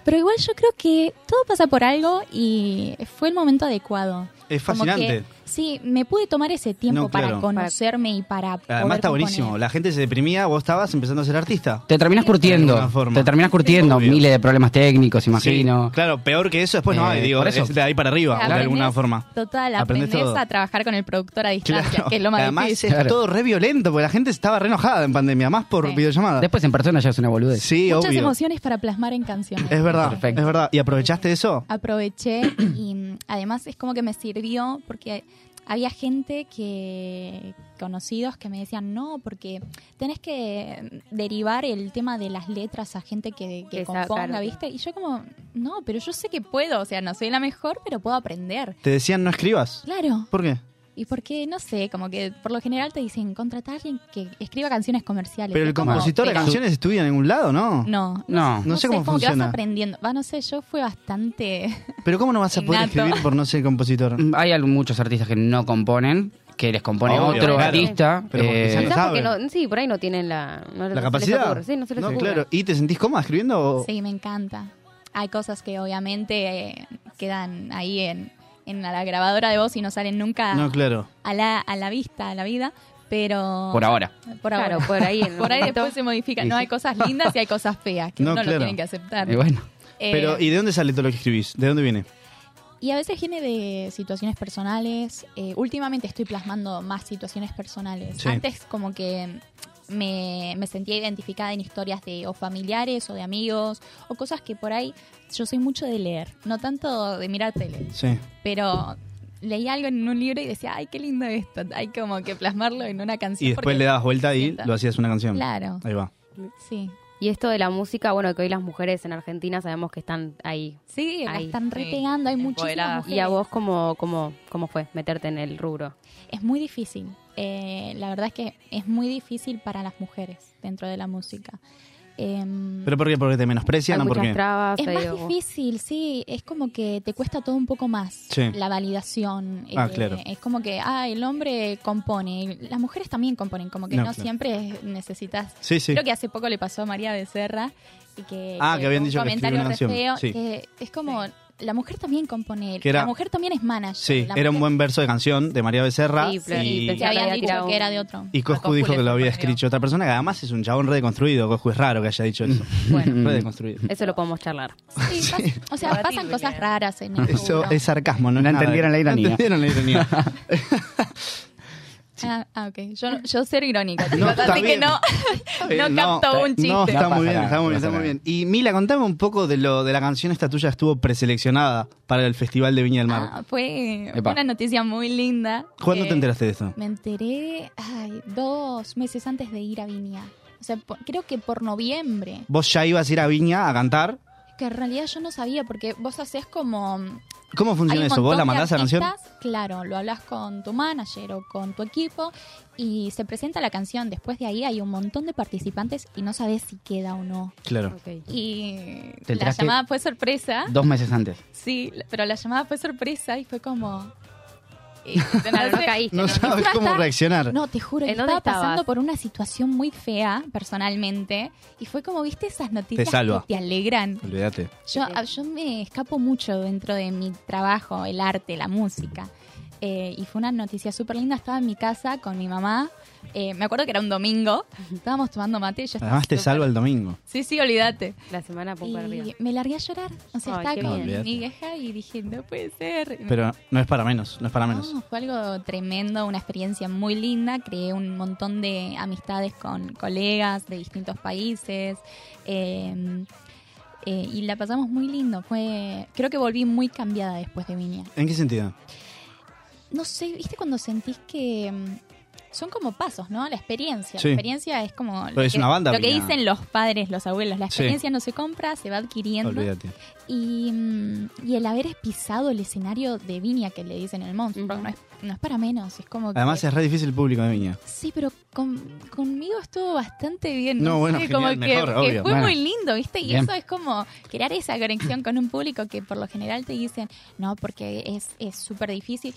Speaker 10: Pero igual yo creo que todo pasa por algo y fue el momento adecuado.
Speaker 3: Es
Speaker 10: Como que,
Speaker 3: fascinante.
Speaker 10: sí, me pude tomar ese tiempo
Speaker 3: No, claro.
Speaker 10: para conocerme y para...
Speaker 3: Además
Speaker 10: poder
Speaker 3: está buenísimo.
Speaker 10: componer.
Speaker 3: La gente se deprimía, vos estabas empezando a ser artista.
Speaker 11: Te terminas
Speaker 3: De alguna
Speaker 11: curtiendo.
Speaker 3: forma.
Speaker 11: Te terminas curtiendo.
Speaker 3: Obvio.
Speaker 11: Miles de problemas técnicos, imagino.
Speaker 3: Sí, claro, peor que eso después no
Speaker 11: Eh,
Speaker 3: hay, digo,
Speaker 11: por eso.
Speaker 3: es de ahí para arriba,
Speaker 10: Aprendés
Speaker 3: de alguna forma.
Speaker 10: Total,
Speaker 3: Aprendés
Speaker 10: aprendes
Speaker 3: todo.
Speaker 10: a trabajar con el productor a distancia,
Speaker 3: Claro.
Speaker 10: que es lo más
Speaker 3: Además
Speaker 10: difícil.
Speaker 3: es
Speaker 11: Claro.
Speaker 3: todo re violento, porque la gente estaba re enojada en pandemia, más por
Speaker 10: Sí.
Speaker 3: videollamada.
Speaker 11: Después en persona ya es una boludez.
Speaker 3: sí,
Speaker 10: Muchas
Speaker 3: obvio.
Speaker 10: emociones para plasmar en canciones.
Speaker 3: Es verdad,
Speaker 11: Perfecto.
Speaker 3: es verdad. ¿Y aprovechaste eso?
Speaker 10: aproveché y mm, además es como que me sirvió porque había gente que conocidos que me decían no porque tenés que mm, derivar el tema de las letras a gente que, que
Speaker 2: Que sa-
Speaker 10: componga
Speaker 2: claro.
Speaker 10: viste y yo como no pero yo sé que puedo o sea no soy la mejor pero puedo aprender
Speaker 3: Te decían no escribas.
Speaker 10: claro
Speaker 3: ¿Por qué?
Speaker 10: y porque no sé como que por lo general te dicen contratar a alguien que escriba canciones comerciales
Speaker 3: Pero
Speaker 10: Y
Speaker 3: el
Speaker 10: como,
Speaker 3: compositor de
Speaker 10: pero-
Speaker 3: canciones estudia en algún lado, ¿no?
Speaker 10: no
Speaker 11: No.
Speaker 3: No sé cómo
Speaker 10: es como que
Speaker 3: funciona.
Speaker 10: vas aprendiendo va no sé yo fue bastante
Speaker 3: Pero ¿cómo no vas a poder
Speaker 10: Innato.
Speaker 3: escribir por no ser compositor?
Speaker 11: Mm, Hay al- muchos artistas que no componen, que les compone
Speaker 3: Obvio,
Speaker 11: otro
Speaker 3: claro.
Speaker 11: artista.
Speaker 3: Pero porque
Speaker 11: eh,
Speaker 3: ya
Speaker 2: Quizás porque
Speaker 3: saben.
Speaker 2: no- sí, por ahí no tienen la, no se
Speaker 3: ¿La
Speaker 2: les
Speaker 3: capacidad?
Speaker 2: ocurre. Sí, no se les ocurre.
Speaker 3: claro. ¿Y te sentís cómoda escribiendo? o-
Speaker 10: Sí, me encanta. Hay cosas que obviamente eh, quedan ahí en, en la grabadora de voz y no salen nunca
Speaker 3: No, claro.
Speaker 10: a, la, a la vista, a la vida, pero...
Speaker 11: por ahora.
Speaker 10: Por ahora.
Speaker 2: Claro, por ahí. en un
Speaker 10: Por ahí
Speaker 2: momento.
Speaker 10: después se modifica. No, hay cosas lindas y hay cosas feas que
Speaker 3: No,
Speaker 10: no,
Speaker 3: claro.
Speaker 10: lo tienen que aceptar.
Speaker 11: Y bueno.
Speaker 10: Eh,
Speaker 3: Pero, ¿y de dónde sale todo lo que escribís? ¿De dónde viene?
Speaker 10: Y a veces viene de situaciones personales. Eh, últimamente estoy plasmando más situaciones personales.
Speaker 3: Sí.
Speaker 10: Antes como que me, me sentía identificada en historias de o familiares o de amigos o cosas que por ahí yo soy mucho de leer, no tanto de mirar tele,
Speaker 3: Sí.
Speaker 10: pero leí algo en un libro y decía, ay, qué lindo esto. Hay como que plasmarlo en una canción.
Speaker 3: Y después
Speaker 10: porque-
Speaker 3: le dabas vuelta y
Speaker 10: Sienta.
Speaker 3: lo hacías una canción.
Speaker 10: Claro.
Speaker 3: Ahí va.
Speaker 10: Sí.
Speaker 2: Y esto de la música, bueno, que hoy las mujeres en Argentina sabemos que están ahí.
Speaker 10: Sí, la
Speaker 2: Ahí.
Speaker 10: están repegando, hay muchísimas
Speaker 4: empoderadas.
Speaker 10: mujeres.
Speaker 2: ¿Y a vos cómo, cómo, cómo fue meterte en el rubro?
Speaker 10: Es muy difícil. Eh, la verdad es que es muy difícil para las mujeres dentro de la música. Em,
Speaker 3: ¿Pero por qué? ¿Porque te menosprecian
Speaker 2: Hay
Speaker 3: o por
Speaker 2: muchas
Speaker 3: qué?
Speaker 2: trabas.
Speaker 10: es más
Speaker 2: eh, o-
Speaker 10: difícil, sí. Es como que te cuesta todo un poco más.
Speaker 3: Sí.
Speaker 10: La validación.
Speaker 3: Ah, claro.
Speaker 10: Es como que, ah, el hombre compone. y Las mujeres también componen. Como que
Speaker 3: No,
Speaker 10: no,
Speaker 3: claro.
Speaker 10: siempre necesitas
Speaker 3: Sí, sí.
Speaker 10: Creo que hace poco le pasó a María Becerra y que,
Speaker 3: Ah, que habían
Speaker 10: un
Speaker 3: dicho que escribió
Speaker 10: comentario
Speaker 3: una
Speaker 10: re
Speaker 3: canción,
Speaker 10: feo,
Speaker 3: sí.
Speaker 10: que es como la mujer también compone,
Speaker 3: Que era-
Speaker 10: la mujer también es manager.
Speaker 3: Sí,
Speaker 10: la
Speaker 3: era un
Speaker 10: mujer-
Speaker 3: buen verso de canción de María Becerra.
Speaker 2: Sí, pero-
Speaker 3: y,
Speaker 2: pensé
Speaker 10: que
Speaker 2: Ya
Speaker 10: habían
Speaker 2: había
Speaker 10: dicho
Speaker 2: tirado
Speaker 10: que
Speaker 2: un-
Speaker 10: era de otro.
Speaker 3: y Coscu
Speaker 4: A
Speaker 3: dijo
Speaker 4: Coscu
Speaker 3: que
Speaker 4: le
Speaker 3: lo había
Speaker 4: sorprendió.
Speaker 3: escrito otra persona que además es un chabón redeconstruido. Coscu es raro que haya dicho eso.
Speaker 11: Mm.
Speaker 2: Bueno,
Speaker 3: redeconstruido.
Speaker 2: eso lo podemos charlar.
Speaker 10: Sí, pas- o sea,
Speaker 4: Debatible.
Speaker 10: pasan cosas raras en el
Speaker 3: Eso
Speaker 10: rubro.
Speaker 3: es sarcasmo, no, es
Speaker 11: No
Speaker 3: nada.
Speaker 11: entendieron la ironía.
Speaker 3: No entendieron la ironía.
Speaker 10: Ah, ah, ok. Yo, no- yo cero irónica, chicos,
Speaker 3: No, está
Speaker 10: así que
Speaker 3: bien.
Speaker 10: no, no
Speaker 3: bien,
Speaker 10: capto
Speaker 3: está-
Speaker 10: un chiste.
Speaker 3: eh, No, está
Speaker 11: No
Speaker 3: muy
Speaker 11: pasa
Speaker 3: bien,
Speaker 11: nada,
Speaker 3: está muy
Speaker 11: no
Speaker 3: bien,
Speaker 11: pasa
Speaker 3: está muy
Speaker 11: nada.
Speaker 3: bien. Y Mila, contame un poco de lo de la canción esta tuya que estuvo preseleccionada para el Festival de Viña del Mar.
Speaker 10: Ah, fue
Speaker 11: Epa.
Speaker 10: una noticia muy linda.
Speaker 3: ¿Cuándo
Speaker 10: Eh,
Speaker 3: te enteraste de esto?
Speaker 10: Me enteré ay, dos meses antes de ir a Viña. O sea, por- creo que por noviembre.
Speaker 3: Vos ya ibas a ir a Viña a cantar.
Speaker 10: Que en realidad yo no sabía, porque vos hacés como
Speaker 3: ¿Cómo funciona
Speaker 10: Hay un
Speaker 3: eso?
Speaker 10: montón
Speaker 3: ¿Vos la
Speaker 10: de
Speaker 3: mandás a la canción?
Speaker 10: artistas, Claro, lo hablas con tu manager o con tu equipo y se presenta la canción. Después de ahí hay un montón de participantes y no sabes si queda o no.
Speaker 3: Claro.
Speaker 10: Y
Speaker 11: Te
Speaker 10: la
Speaker 11: enteraste-
Speaker 10: llamada fue sorpresa,
Speaker 11: Dos meses antes.
Speaker 10: sí, pero la llamada fue sorpresa y fue como... eh, no
Speaker 2: Claro, no
Speaker 10: sé.
Speaker 2: caíste.
Speaker 3: No
Speaker 2: ¿no?
Speaker 3: sabes
Speaker 10: Trata-
Speaker 3: cómo reaccionar.
Speaker 10: No, te juro,
Speaker 2: ¿En
Speaker 10: yo
Speaker 2: dónde
Speaker 10: estaba pasando
Speaker 2: estabas?
Speaker 10: por una situación muy fea personalmente y fue como, viste, esas noticias
Speaker 3: salva.
Speaker 10: que te alegran.
Speaker 3: Olvídate.
Speaker 10: Yo, a- yo me escapo mucho dentro de mi trabajo, el arte, la música. Eh, y fue una noticia súper linda. Estaba en mi casa con mi mamá. Eh, me acuerdo que era un domingo. Estábamos tomando mate. y Yo estaba
Speaker 3: Además te
Speaker 10: súper-
Speaker 3: salva el domingo.
Speaker 10: Sí, sí, olvídate.
Speaker 2: La semana pongo arriba.
Speaker 10: Y me largué a llorar. O sea,
Speaker 2: Ay,
Speaker 10: estaba
Speaker 2: qué
Speaker 10: con
Speaker 3: bien. Olvídate.
Speaker 10: mi vieja y dije, no puede ser. Y me-
Speaker 3: Pero no es para menos, no es para menos.
Speaker 10: No, fue algo tremendo, una experiencia muy linda. Creé un montón de amistades con colegas de distintos países. eh, eh, y la pasamos muy lindo. Fue, creo que volví muy cambiada después de Viña.
Speaker 3: ¿En qué sentido?
Speaker 10: No sé, ¿viste cuando sentís que mm, son como pasos, ¿no? La experiencia.
Speaker 3: Sí.
Speaker 10: La experiencia es como lo,
Speaker 3: Pero es
Speaker 10: que,
Speaker 3: una banda,
Speaker 10: lo que
Speaker 3: Viña.
Speaker 10: dicen los padres, los abuelos. La
Speaker 3: Sí.
Speaker 10: experiencia no se compra, se va adquiriendo.
Speaker 3: Olvídate.
Speaker 10: Y, mm, y el haber pisado el escenario de Viña que le dicen el monstruo,
Speaker 2: Ujú.
Speaker 10: no, es, no es para menos, es como que...
Speaker 3: Además es re difícil el público de Viña.
Speaker 10: Sí, pero con- conmigo estuvo bastante bien.
Speaker 3: No, bueno,
Speaker 10: sé,
Speaker 3: genial,
Speaker 10: como
Speaker 3: mejor,
Speaker 10: que, que
Speaker 3: obvio,
Speaker 10: fue
Speaker 11: bueno.
Speaker 10: muy lindo, ¿viste? Y
Speaker 11: Bien.
Speaker 10: eso es como crear esa conexión con un público que por lo general te dicen, no, porque es es súper difícil.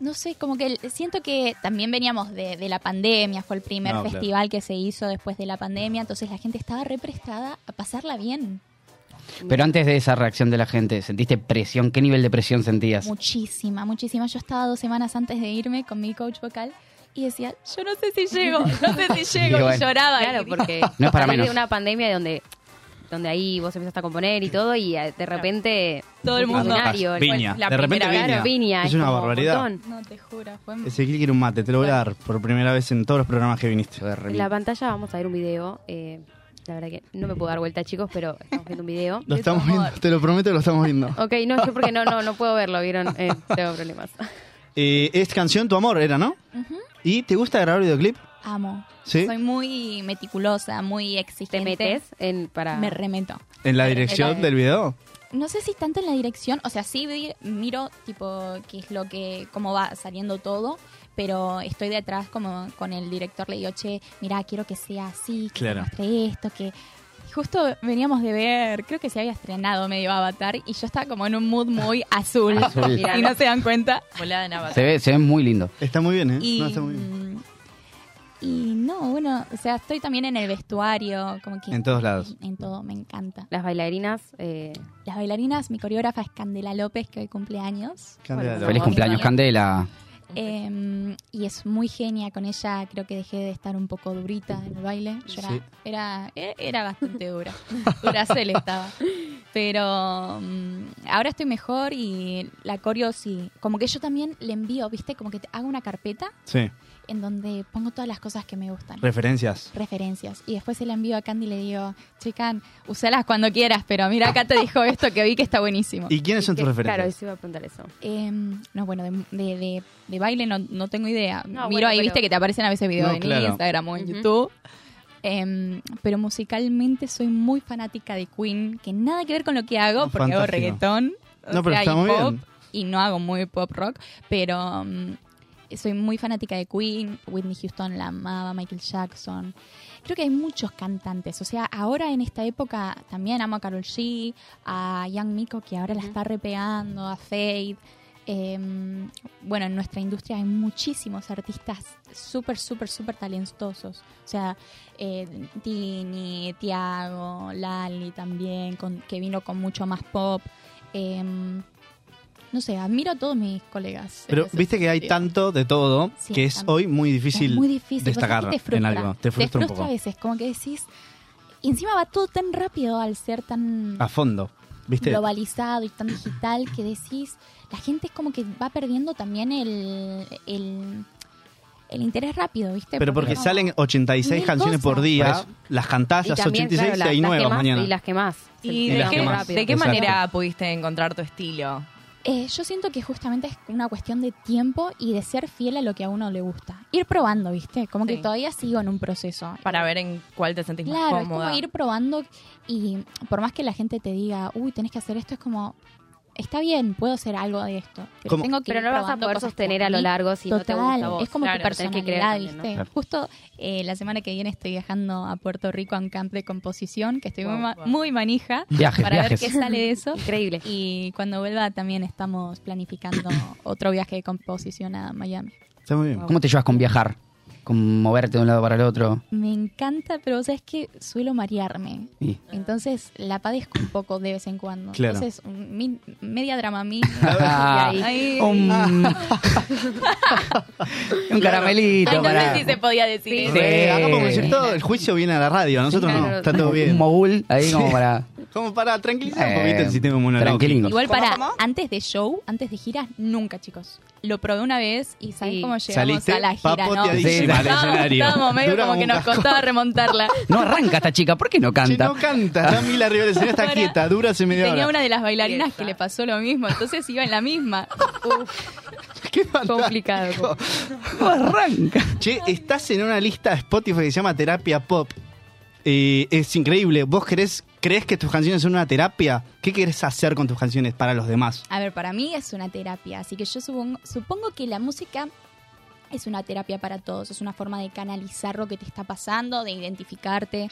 Speaker 10: No sé, como que el- siento que también veníamos de, de la pandemia, fue el primer
Speaker 3: No, claro.
Speaker 10: festival que se hizo después de la pandemia, entonces la gente estaba represtada a pasarla bien.
Speaker 11: Pero antes de esa reacción de la gente, ¿sentiste presión? ¿Qué nivel de presión sentías?
Speaker 10: Muchísima, muchísima. Yo estaba dos semanas antes de irme con mi coach vocal y decía, yo no sé si llego, no sé si llego.
Speaker 11: Y
Speaker 10: Y,
Speaker 11: bueno.
Speaker 10: lloraba.
Speaker 2: Claro,
Speaker 10: Y-
Speaker 2: porque
Speaker 11: No es para
Speaker 2: salís de
Speaker 11: menos.
Speaker 2: una pandemia donde donde ahí vos empezaste a componer y todo y eh, de repente
Speaker 10: Todo el mundo.
Speaker 2: multitudinario, el-
Speaker 3: Viña.
Speaker 4: la
Speaker 3: de repente
Speaker 4: primera,
Speaker 3: Viña.
Speaker 2: claro, Viña,
Speaker 3: Es,
Speaker 2: es
Speaker 3: una
Speaker 2: como un
Speaker 3: barbaridad.
Speaker 2: montón.
Speaker 10: No, te juro. Fue...
Speaker 3: Ese click era un mate, te lo voy a dar por primera vez en todos los programas que viniste.
Speaker 2: En la pantalla vamos a ver un video. eh, la verdad que no me puedo dar vuelta, chicos, pero estamos viendo un video.
Speaker 3: Lo estamos viendo, te lo prometo, que lo estamos viendo.
Speaker 2: Ok, no, yo porque no, no, no puedo verlo, ¿vieron? Eh, tengo problemas.
Speaker 3: Eh, es canción Tu Amor, era, ¿no?
Speaker 10: Ujú.
Speaker 3: ¿Y te gusta grabar videoclip?
Speaker 10: Amo.
Speaker 3: Sí.
Speaker 10: Soy muy meticulosa, muy exigente. Ah.
Speaker 2: ¿Te metes en para
Speaker 10: Me remeto.
Speaker 3: ¿En la
Speaker 10: Eh,
Speaker 3: dirección
Speaker 10: era-
Speaker 3: del video?
Speaker 10: No sé si tanto en la dirección, o sea, sí vi- miro tipo qué es lo que, cómo va saliendo todo, pero estoy detrás como con el director, le digo, che, mirá, quiero que sea así, que
Speaker 3: Claro.
Speaker 10: se muestre esto, que... y Justo veníamos de ver, creo que se había estrenado medio Avatar y yo estaba como en un mood muy azul.
Speaker 3: Ah,
Speaker 11: Azul.
Speaker 10: y no se dan cuenta.
Speaker 4: Volada en Avatar.
Speaker 11: Se ve, se ve muy lindo.
Speaker 3: Está muy bien, ¿eh?
Speaker 10: Y,
Speaker 3: No, está muy bien.
Speaker 10: Mm. y no, bueno, o sea, estoy también en el vestuario, como que...
Speaker 3: En todos lados.
Speaker 10: En todo, me encanta.
Speaker 2: las bailarinas? eh,
Speaker 10: Las bailarinas, mi coreógrafa es Candela López, que hoy cumpleaños.
Speaker 3: Candela
Speaker 2: Bueno,
Speaker 3: López.
Speaker 11: Feliz cumpleaños, Candela.
Speaker 10: Eh, y es muy genia con ella, creo que dejé de estar un poco durita en el baile. Yo era,
Speaker 3: Sí.
Speaker 10: era, e- era bastante dura, duracel estaba. Pero mm, ahora estoy mejor y la coreo sí. Como que yo también le envío, viste, como que te hago una carpeta
Speaker 3: Sí.
Speaker 10: en donde pongo todas las cosas que me gustan.
Speaker 3: Referencias.
Speaker 10: Referencias. Y después se la envío a Candy y le digo, chican, usalas cuando quieras, pero mira, acá te dijo esto que vi que está buenísimo.
Speaker 3: ¿Y quiénes son tus
Speaker 2: Claro,
Speaker 3: referencias?
Speaker 2: eso iba a preguntar eso.
Speaker 10: Em, no, bueno, de, de- de- de baile no, no tengo idea.
Speaker 2: No,
Speaker 10: Miro
Speaker 2: bueno,
Speaker 10: ahí,
Speaker 2: pero-
Speaker 10: viste que te aparecen a veces videos
Speaker 3: No,
Speaker 10: en
Speaker 3: claro.
Speaker 10: Instagram o en
Speaker 2: Ujú.
Speaker 10: YouTube. Em, pero musicalmente soy muy fanática de Queen, que nada que ver con lo que hago,
Speaker 3: No,
Speaker 10: porque hago
Speaker 3: fantástico.
Speaker 10: reggaetón. o
Speaker 3: No, pero
Speaker 10: sea,
Speaker 3: está
Speaker 10: y
Speaker 3: muy
Speaker 10: pop,
Speaker 3: bien.
Speaker 10: Y no hago muy pop rock, pero mm, soy muy fanática de Queen. Whitney Houston la amaba, Michael Jackson. Creo que hay muchos cantantes. O sea, ahora en esta época también amo a Carol G, a Young Miko, que ahora la
Speaker 2: Ujú.
Speaker 10: está repeando, a Fade. Em, bueno, en nuestra industria hay muchísimos artistas súper, súper, súper talentosos. O sea, eh, Tini, Tiago, Lali también, con- que vino con mucho más pop. Em, no sé, admiro a todos mis colegas. en
Speaker 3: Pero
Speaker 10: ese
Speaker 3: viste que hay
Speaker 10: sentido.
Speaker 3: tanto de todo
Speaker 10: eh, Sí,
Speaker 3: que es
Speaker 10: tanto.
Speaker 3: hoy muy difícil,
Speaker 10: Es muy difícil porque es
Speaker 3: destacar
Speaker 10: que te
Speaker 3: en
Speaker 10: frustra.
Speaker 3: algo. Te frustra un
Speaker 10: a
Speaker 3: poco.
Speaker 10: veces, como que decís. y encima va todo tan rápido al ser tan
Speaker 3: A fondo. ¿Viste?
Speaker 10: globalizado y tan digital que decís. La gente es como que va perdiendo también el. el, el interés rápido, ¿viste?
Speaker 3: Pero porque
Speaker 10: no-
Speaker 3: salen 86
Speaker 10: Mil
Speaker 3: canciones por
Speaker 10: cosas.
Speaker 3: día,
Speaker 11: Por eso.
Speaker 3: las cantás las 86 y
Speaker 2: claro,
Speaker 3: hay
Speaker 2: las que
Speaker 3: nuevas
Speaker 2: más-
Speaker 3: mañana.
Speaker 2: Y las que más.
Speaker 4: ¿Y
Speaker 3: Sí,
Speaker 4: de
Speaker 3: las
Speaker 4: qué,
Speaker 3: que más.
Speaker 4: de qué
Speaker 3: Exacto.
Speaker 4: manera pudiste encontrar tu estilo?
Speaker 10: Eh, yo siento que justamente es una cuestión de tiempo y de ser fiel a lo que a uno le gusta. Ir probando, ¿viste? Como que
Speaker 4: Sí.
Speaker 10: todavía sigo en un proceso.
Speaker 4: Para ver en cuál te sentís
Speaker 10: Claro,
Speaker 4: más
Speaker 10: es como
Speaker 4: cómoda.
Speaker 10: ir probando y por más que la gente te diga, uy, tenés que hacer esto, es como, está bien, puedo hacer algo de esto. Pero,
Speaker 3: Como-
Speaker 10: tengo que
Speaker 2: Pero
Speaker 10: ir
Speaker 2: no lo vas a
Speaker 10: probando
Speaker 2: poder
Speaker 10: cosas
Speaker 2: sostener
Speaker 10: por
Speaker 2: a lo
Speaker 10: mí.
Speaker 2: largo si no te
Speaker 10: Total,
Speaker 2: gusta a vos.
Speaker 10: es como tu
Speaker 2: Claro, tenés que creer
Speaker 10: personalidad,
Speaker 2: también, ¿no?
Speaker 10: ¿viste? Justo eh, la semana que viene estoy viajando a Puerto Rico a un camp de composición, que estoy
Speaker 4: Wow,
Speaker 10: muy, ma-
Speaker 4: wow.
Speaker 10: muy manija
Speaker 11: Viajes,
Speaker 10: para
Speaker 11: viajes.
Speaker 10: ver qué sale de eso.
Speaker 2: Increíble.
Speaker 10: Y cuando vuelva también estamos planificando otro viaje de composición a Miami.
Speaker 3: Está muy bien.
Speaker 11: ¿Cómo te llevas con viajar? Con moverte de un lado para el otro.
Speaker 10: Me encanta, pero vos sabés que suelo marearme.
Speaker 11: Y-
Speaker 10: Entonces la padezco un poco de vez en cuando.
Speaker 3: Claro.
Speaker 10: Entonces, un- mi- media drama mí.
Speaker 11: Ah, un, un caramelito
Speaker 4: Ay, no
Speaker 11: para
Speaker 4: sé si se podía decir
Speaker 11: Sí.
Speaker 4: eso.
Speaker 3: Re, acá podemos
Speaker 11: Sí.
Speaker 3: decir todo, el juicio viene a la radio, a nosotros no,
Speaker 2: Claro.
Speaker 3: está todo
Speaker 11: un
Speaker 3: bien.
Speaker 11: mogul ahí como para
Speaker 3: Como para tranquilizar un
Speaker 11: Eh,
Speaker 3: poquito el sistema inmunológico.
Speaker 11: tranquilingo.
Speaker 10: Igual
Speaker 4: ¿Cómo,
Speaker 10: para
Speaker 4: cómo?
Speaker 10: antes de show, antes de giras, nunca, chicos. Lo probé una vez y sabés
Speaker 2: Sí.
Speaker 10: cómo llegamos
Speaker 3: Saliste
Speaker 10: a la gira, ¿no?
Speaker 3: papoteadísima al
Speaker 10: Sí, estábamos-
Speaker 3: escenario.
Speaker 10: Estábamos medio
Speaker 3: Dura
Speaker 10: como que
Speaker 3: un
Speaker 10: nos
Speaker 3: cajón.
Speaker 10: costaba remontarla.
Speaker 11: no arranca esta chica ¿por qué no
Speaker 3: Che,
Speaker 11: canta?
Speaker 3: no canta, está Mila Rivera, el señor está
Speaker 10: Para-
Speaker 3: quieta, dura hace media
Speaker 10: Tenía
Speaker 3: hora.
Speaker 10: una de las bailarinas
Speaker 4: Esa.
Speaker 10: que le pasó lo mismo, entonces iba en la misma.
Speaker 3: Qué fantástico.
Speaker 10: complicado.
Speaker 11: No arranca
Speaker 3: Che, estás en una lista de Spotify que se llama Terapia Pop. Eh, es increíble. ¿Vos querés, crees que tus canciones son una terapia? ¿Qué querés hacer con tus canciones para los demás?
Speaker 10: A ver, para mí es una terapia, así que yo supongo, supongo que la música es una terapia para todos, es una forma de canalizar lo que te está pasando, de identificarte.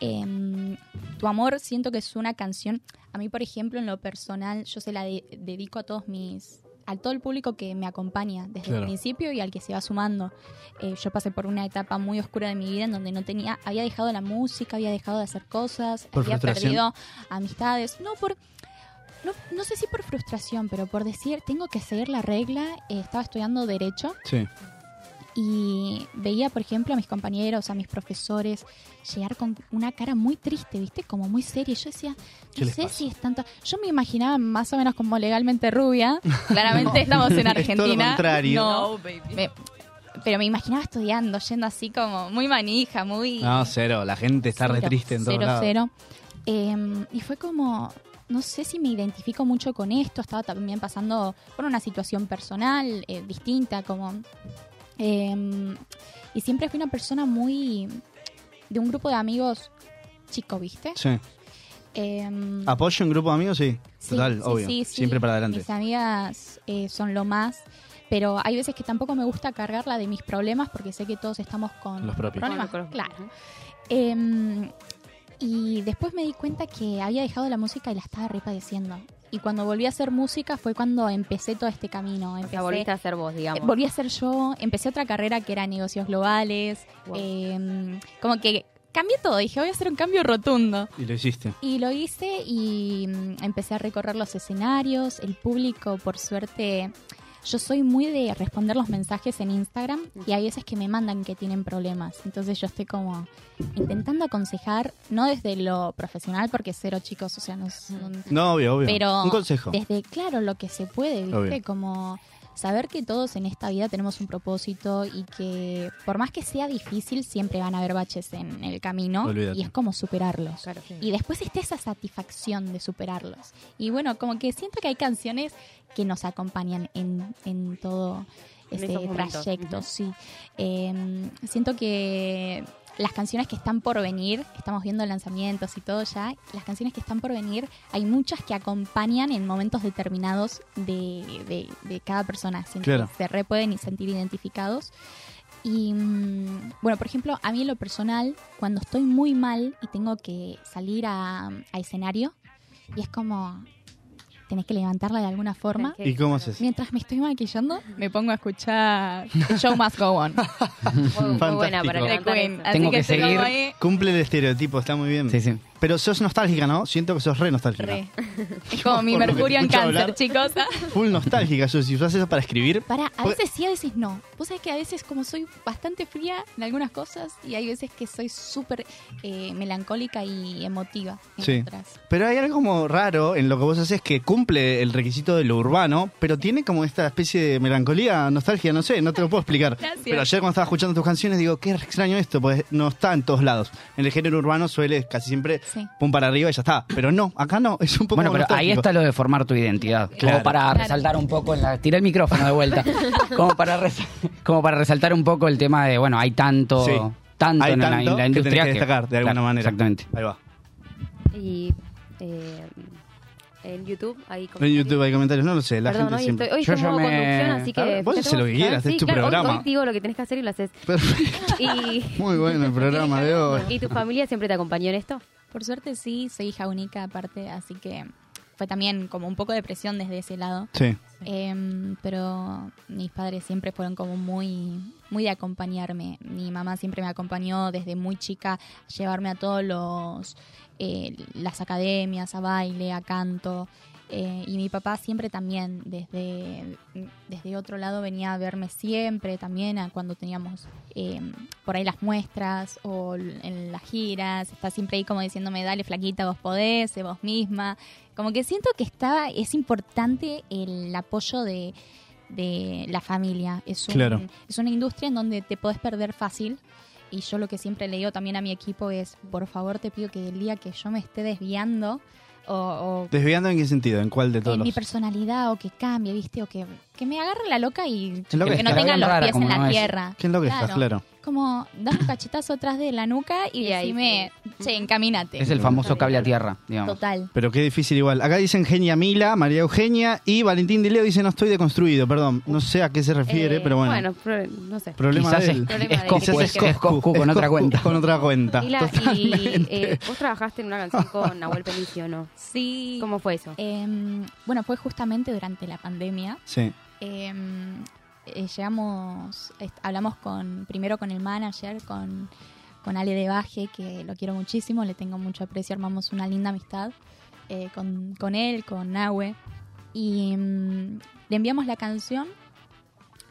Speaker 10: Em, tu amor, siento que es una canción. A mí, por ejemplo, en lo personal, yo se la de- dedico a todos mis. a todo el público que me acompaña desde
Speaker 3: Claro.
Speaker 10: el principio y al que se va sumando. Eh, yo pasé por una etapa muy oscura de mi vida en donde no tenía. había dejado la música, había dejado de hacer cosas,
Speaker 3: Por
Speaker 10: había
Speaker 3: frustración.
Speaker 10: perdido amistades. No por. No, no sé si por frustración, pero por decir, tengo que seguir la regla. Eh, estaba estudiando Derecho
Speaker 3: Sí.
Speaker 10: y veía, por ejemplo, a mis compañeros, a mis profesores, llegar con una cara muy triste, ¿viste? Como muy seria. Y Yo decía,
Speaker 3: ¿Qué
Speaker 10: no
Speaker 3: les
Speaker 10: sé
Speaker 3: pasa?
Speaker 10: si es tanto. Yo me imaginaba más o menos como legalmente rubia. Claramente estamos en
Speaker 3: Es todo lo
Speaker 10: Argentina.
Speaker 3: contrario.
Speaker 10: No.
Speaker 4: No, baby.
Speaker 10: Me- pero me imaginaba estudiando, yendo así como muy manija, muy.
Speaker 3: No, cero. La gente está re
Speaker 10: Cero,
Speaker 3: triste en todos
Speaker 10: cero,
Speaker 3: lados.
Speaker 10: cero. Eh, y fue como, no sé si me identifico mucho con esto, estaba también pasando por una situación personal eh, distinta, como... eh, y siempre fui una persona muy... de un grupo de amigos chico, ¿viste?
Speaker 3: Sí.
Speaker 10: Eh,
Speaker 3: ¿Apoyo en grupo de amigos? Sí.
Speaker 10: sí,
Speaker 3: Total,
Speaker 10: sí,
Speaker 3: obvio.
Speaker 10: sí, sí.
Speaker 3: Siempre para adelante.
Speaker 10: Mis amigas eh, son lo más... Pero hay veces que tampoco me gusta cargarla de mis problemas porque sé que todos estamos con
Speaker 3: Los propios.
Speaker 10: problemas. Claro. Em, y después me di cuenta que había dejado la música y la estaba repadeciendo. Y cuando volví a hacer música fue cuando empecé todo este camino.
Speaker 2: O sea,
Speaker 10: Empecé,
Speaker 2: volviste a ser vos,
Speaker 10: eh,
Speaker 2: digamos.
Speaker 10: volví a ser yo, empecé otra carrera que era negocios globales.
Speaker 2: Wow.
Speaker 10: em, como que cambié todo, dije voy a hacer un cambio rotundo.
Speaker 3: Y lo hiciste.
Speaker 10: Y lo hice y mm, empecé a recorrer los escenarios, el público, por suerte. Yo soy muy de responder los mensajes en Instagram y hay veces que me mandan que tienen problemas. Entonces yo estoy como intentando aconsejar, no desde lo profesional, porque cero chicos, o sea, no, es- no-
Speaker 3: No, obvio, obvio.
Speaker 10: pero
Speaker 3: Un consejo.
Speaker 10: desde, claro, lo que se puede, ¿viste?
Speaker 3: Obvio.
Speaker 10: Como, saber que todos en esta vida tenemos un propósito y que por más que sea difícil, siempre van a haber baches en el camino
Speaker 12: Olvídate.
Speaker 10: y es como superarlos. Y después está esa satisfacción de superarlos. Y bueno, como que siento que hay canciones que nos acompañan en, en todo
Speaker 2: En
Speaker 10: ese
Speaker 2: esos momentos.
Speaker 10: trayecto,
Speaker 2: Ujú.
Speaker 10: sí. Eh, siento que las canciones que están por venir, estamos viendo lanzamientos y todo ya, las canciones que están por venir, hay muchas que acompañan en momentos determinados de, de- de cada persona. Siento
Speaker 12: Claro.
Speaker 10: que se re pueden sentir identificados. Y mm, bueno, por ejemplo, a mí en lo personal, cuando estoy muy mal y tengo que salir a, a escenario, y es como, tenés que levantarla de alguna forma.
Speaker 3: ¿Y cómo haces?
Speaker 10: Mientras me estoy maquillando, me pongo a escuchar Show Must Go On.
Speaker 3: Fantástico. buena para levantar
Speaker 11: Tengo que seguir.
Speaker 3: Cumple el estereotipo, está muy bien. Sí,
Speaker 11: sí.
Speaker 3: Pero sos nostálgica, ¿no? Siento que sos re nostálgica.
Speaker 10: Re. Es como mi
Speaker 3: Por lo que
Speaker 10: mercurio en
Speaker 3: escucho
Speaker 10: cáncer,
Speaker 3: hablar.
Speaker 10: chicos.
Speaker 3: Full nostálgica, yo si usas eso para escribir. pues,
Speaker 10: Para, a veces sí, a veces no. Vos sabés que a veces como soy bastante fría en algunas cosas y hay veces que soy súper eh, melancólica y emotiva en
Speaker 3: Sí.
Speaker 10: otras.
Speaker 3: Pero hay algo como raro en lo que vos haces que cumple el requisito de lo urbano, pero tiene como esta especie de melancolía, nostalgia, no sé, no te lo puedo explicar.
Speaker 10: Gracias.
Speaker 3: Pero ayer cuando estaba escuchando tus canciones digo, qué extraño esto, pues no está en todos lados. En el género urbano suele casi siempre pum para arriba y ya está. Pero no, acá no, es un poco
Speaker 11: Bueno, pero ahí
Speaker 3: nostálgico.
Speaker 11: está lo de formar tu identidad.
Speaker 3: Claro.
Speaker 11: Como para
Speaker 3: Claro.
Speaker 11: resaltar un poco en la. Tira el micrófono de vuelta. como, para res- como para resaltar un poco el tema de, bueno, hay tanto.
Speaker 3: Sí.
Speaker 11: Tanto
Speaker 3: Hay
Speaker 11: en la- en
Speaker 3: tanto
Speaker 11: la,
Speaker 3: que
Speaker 11: industria.
Speaker 3: tenés que destacar de alguna
Speaker 11: Claro,
Speaker 3: manera.
Speaker 11: Exactamente.
Speaker 3: Ahí va.
Speaker 2: Y eh, en YouTube hay como-
Speaker 3: En YouTube hay comentarios, no lo sé, la
Speaker 2: Perdón,
Speaker 3: gente
Speaker 2: hoy,
Speaker 3: siempre...
Speaker 2: estoy, hoy estamos como conducción, así
Speaker 3: A ver,
Speaker 2: que...
Speaker 3: Vos haces lo que
Speaker 2: ¿sabes?
Speaker 3: quieras, este
Speaker 2: Sí,
Speaker 3: es tu
Speaker 2: claro, hoy- Hoy,
Speaker 3: programa.
Speaker 2: digo lo que tenés que hacer y lo haces. Y,
Speaker 3: Muy bueno el programa de hoy.
Speaker 2: ¿Y tu familia siempre te acompañó en esto?
Speaker 10: Por suerte sí, soy hija única aparte, así que fue también como un poco de presión desde ese lado.
Speaker 3: Sí.
Speaker 10: Em, pero mis padres siempre fueron como muy, muy de acompañarme. Mi mamá siempre me acompañó desde muy chica, llevarme a todos los eh, las academias, a baile, a canto. Eh, y mi papá siempre también, desde, desde otro lado, venía a verme siempre también a cuando teníamos eh, por ahí las muestras o l- en las giras. Está siempre ahí como diciéndome, dale flaquita, vos podés, sé vos misma. Como que siento que está, es importante el apoyo de, de la familia. Es, un-
Speaker 12: Claro.
Speaker 10: es una industria en donde te podés perder fácil. Y yo lo que siempre le digo también a mi equipo es, por favor te pido que el día que yo me esté desviando o, o
Speaker 3: ¿Desviando en qué sentido? ¿En cuál de
Speaker 10: en
Speaker 3: todos
Speaker 10: mi
Speaker 3: los...?
Speaker 10: personalidad o que cambie, ¿viste? O que, que me agarre la loca y
Speaker 3: Que
Speaker 10: que,
Speaker 3: enloquezca.
Speaker 10: no
Speaker 3: Está
Speaker 10: tenga
Speaker 3: bien
Speaker 10: los
Speaker 3: rara
Speaker 10: pies
Speaker 3: como
Speaker 10: en la
Speaker 3: no es.
Speaker 10: tierra.
Speaker 3: Que enloquezca, claro.
Speaker 10: Como dame un cachetazo atrás de la nuca y, decime, che, encamínate.
Speaker 11: Es el famoso cable a tierra, digamos.
Speaker 10: Total.
Speaker 3: Pero qué difícil igual. Acá dicen Genia Mila, María Eugenia y Valentín de Leo dice no estoy deconstruido, perdón. No sé a qué se refiere,
Speaker 2: Eh,
Speaker 3: pero bueno.
Speaker 2: pro- no sé.
Speaker 3: Problema
Speaker 11: Quizás
Speaker 3: de
Speaker 11: es-
Speaker 3: él.
Speaker 2: Problema es de él. Coscu,
Speaker 3: Quizás
Speaker 11: es que es Coscu con otra cuenta.
Speaker 3: Con otra cuenta.
Speaker 2: Y, la- y,
Speaker 3: Totalmente.
Speaker 2: eh, vos trabajaste en una canción con Nahuel Penicio, ¿no?
Speaker 10: Sí.
Speaker 2: ¿Cómo fue eso?
Speaker 10: Em, bueno, fue justamente durante la pandemia.
Speaker 3: Sí.
Speaker 10: Em, eh, llegamos, est- hablamos con primero con el manager, con, con Ale de Baje, que lo quiero muchísimo, le tengo mucho aprecio, armamos una linda amistad eh, con, con él, con Nahue. Y mm, le enviamos la canción.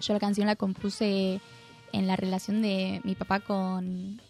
Speaker 10: Yo la canción la compuse en la relación de mi papá con,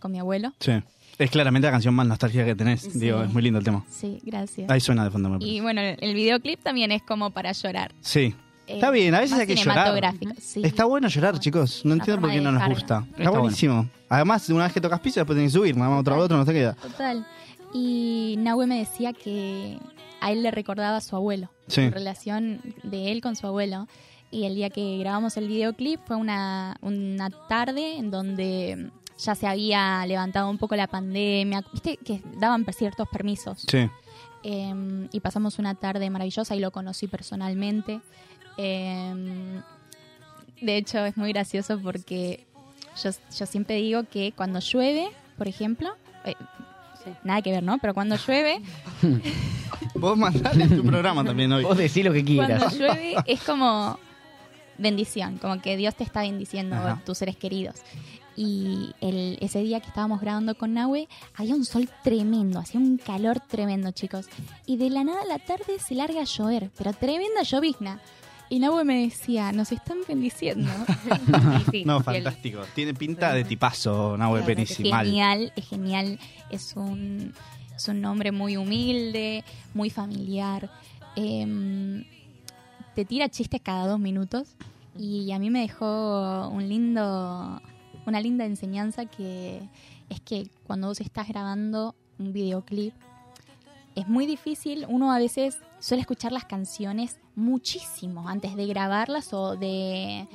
Speaker 10: con mi abuelo.
Speaker 3: Sí. Es claramente la canción más nostálgica que tenés.
Speaker 10: Sí.
Speaker 3: Digo, es muy lindo el tema.
Speaker 10: Sí, gracias.
Speaker 3: Ahí suena de fondo. me parece.
Speaker 10: y bueno, el, el videoclip también es como para llorar.
Speaker 3: Sí.
Speaker 10: Eh,
Speaker 3: Está bien, a veces
Speaker 10: más
Speaker 3: hay que llorar.
Speaker 10: cinematográfico, sí.
Speaker 3: Está bueno llorar, chicos. No entiendo por
Speaker 10: forma
Speaker 3: qué
Speaker 10: de
Speaker 3: no nos
Speaker 10: descarga.
Speaker 3: gusta.
Speaker 10: Está
Speaker 3: Está
Speaker 10: bueno.
Speaker 3: buenísimo. Además, una vez que tocas piso, después tenés que subir. Nada más otra otra, no te queda.
Speaker 10: Total. Y Nahue me decía que a él le recordaba a su abuelo,
Speaker 3: Sí.
Speaker 10: la relación de él con su abuelo. Y el día que grabamos el videoclip fue una, una tarde en donde ya se había levantado un poco la pandemia, viste que daban ciertos permisos.
Speaker 3: Sí.
Speaker 10: Eh, y pasamos una tarde maravillosa y lo conocí personalmente. Eh, de hecho, es muy gracioso porque yo, yo siempre digo que cuando llueve, por ejemplo, eh, nada que ver, ¿no? Pero cuando llueve,
Speaker 3: Vos mandale tu programa también hoy.
Speaker 11: Vos decís lo que
Speaker 10: cuando
Speaker 11: quieras.
Speaker 10: llueve es como bendición, como que Dios te está bendiciendo,
Speaker 11: Ajá.
Speaker 10: tus seres queridos. Y el- ese día que estábamos grabando con Nahue, había un sol tremendo, hacía un calor tremendo, chicos. Y de la nada a la tarde se larga a llover, pero tremenda llovizna. Y Nahue me decía, nos están bendiciendo.
Speaker 3: no, fantástico. Tiene pinta de tipazo, Nahue
Speaker 10: Es
Speaker 3: Penici. mal.
Speaker 10: genial, es genial. Es un, es un hombre muy humilde, muy familiar. Em, te tira chistes cada dos minutos y a mí me dejó un lindo, una linda enseñanza que es que cuando vos estás grabando un videoclip es muy difícil, uno a veces suele escuchar las canciones muchísimo antes de grabarlas o de,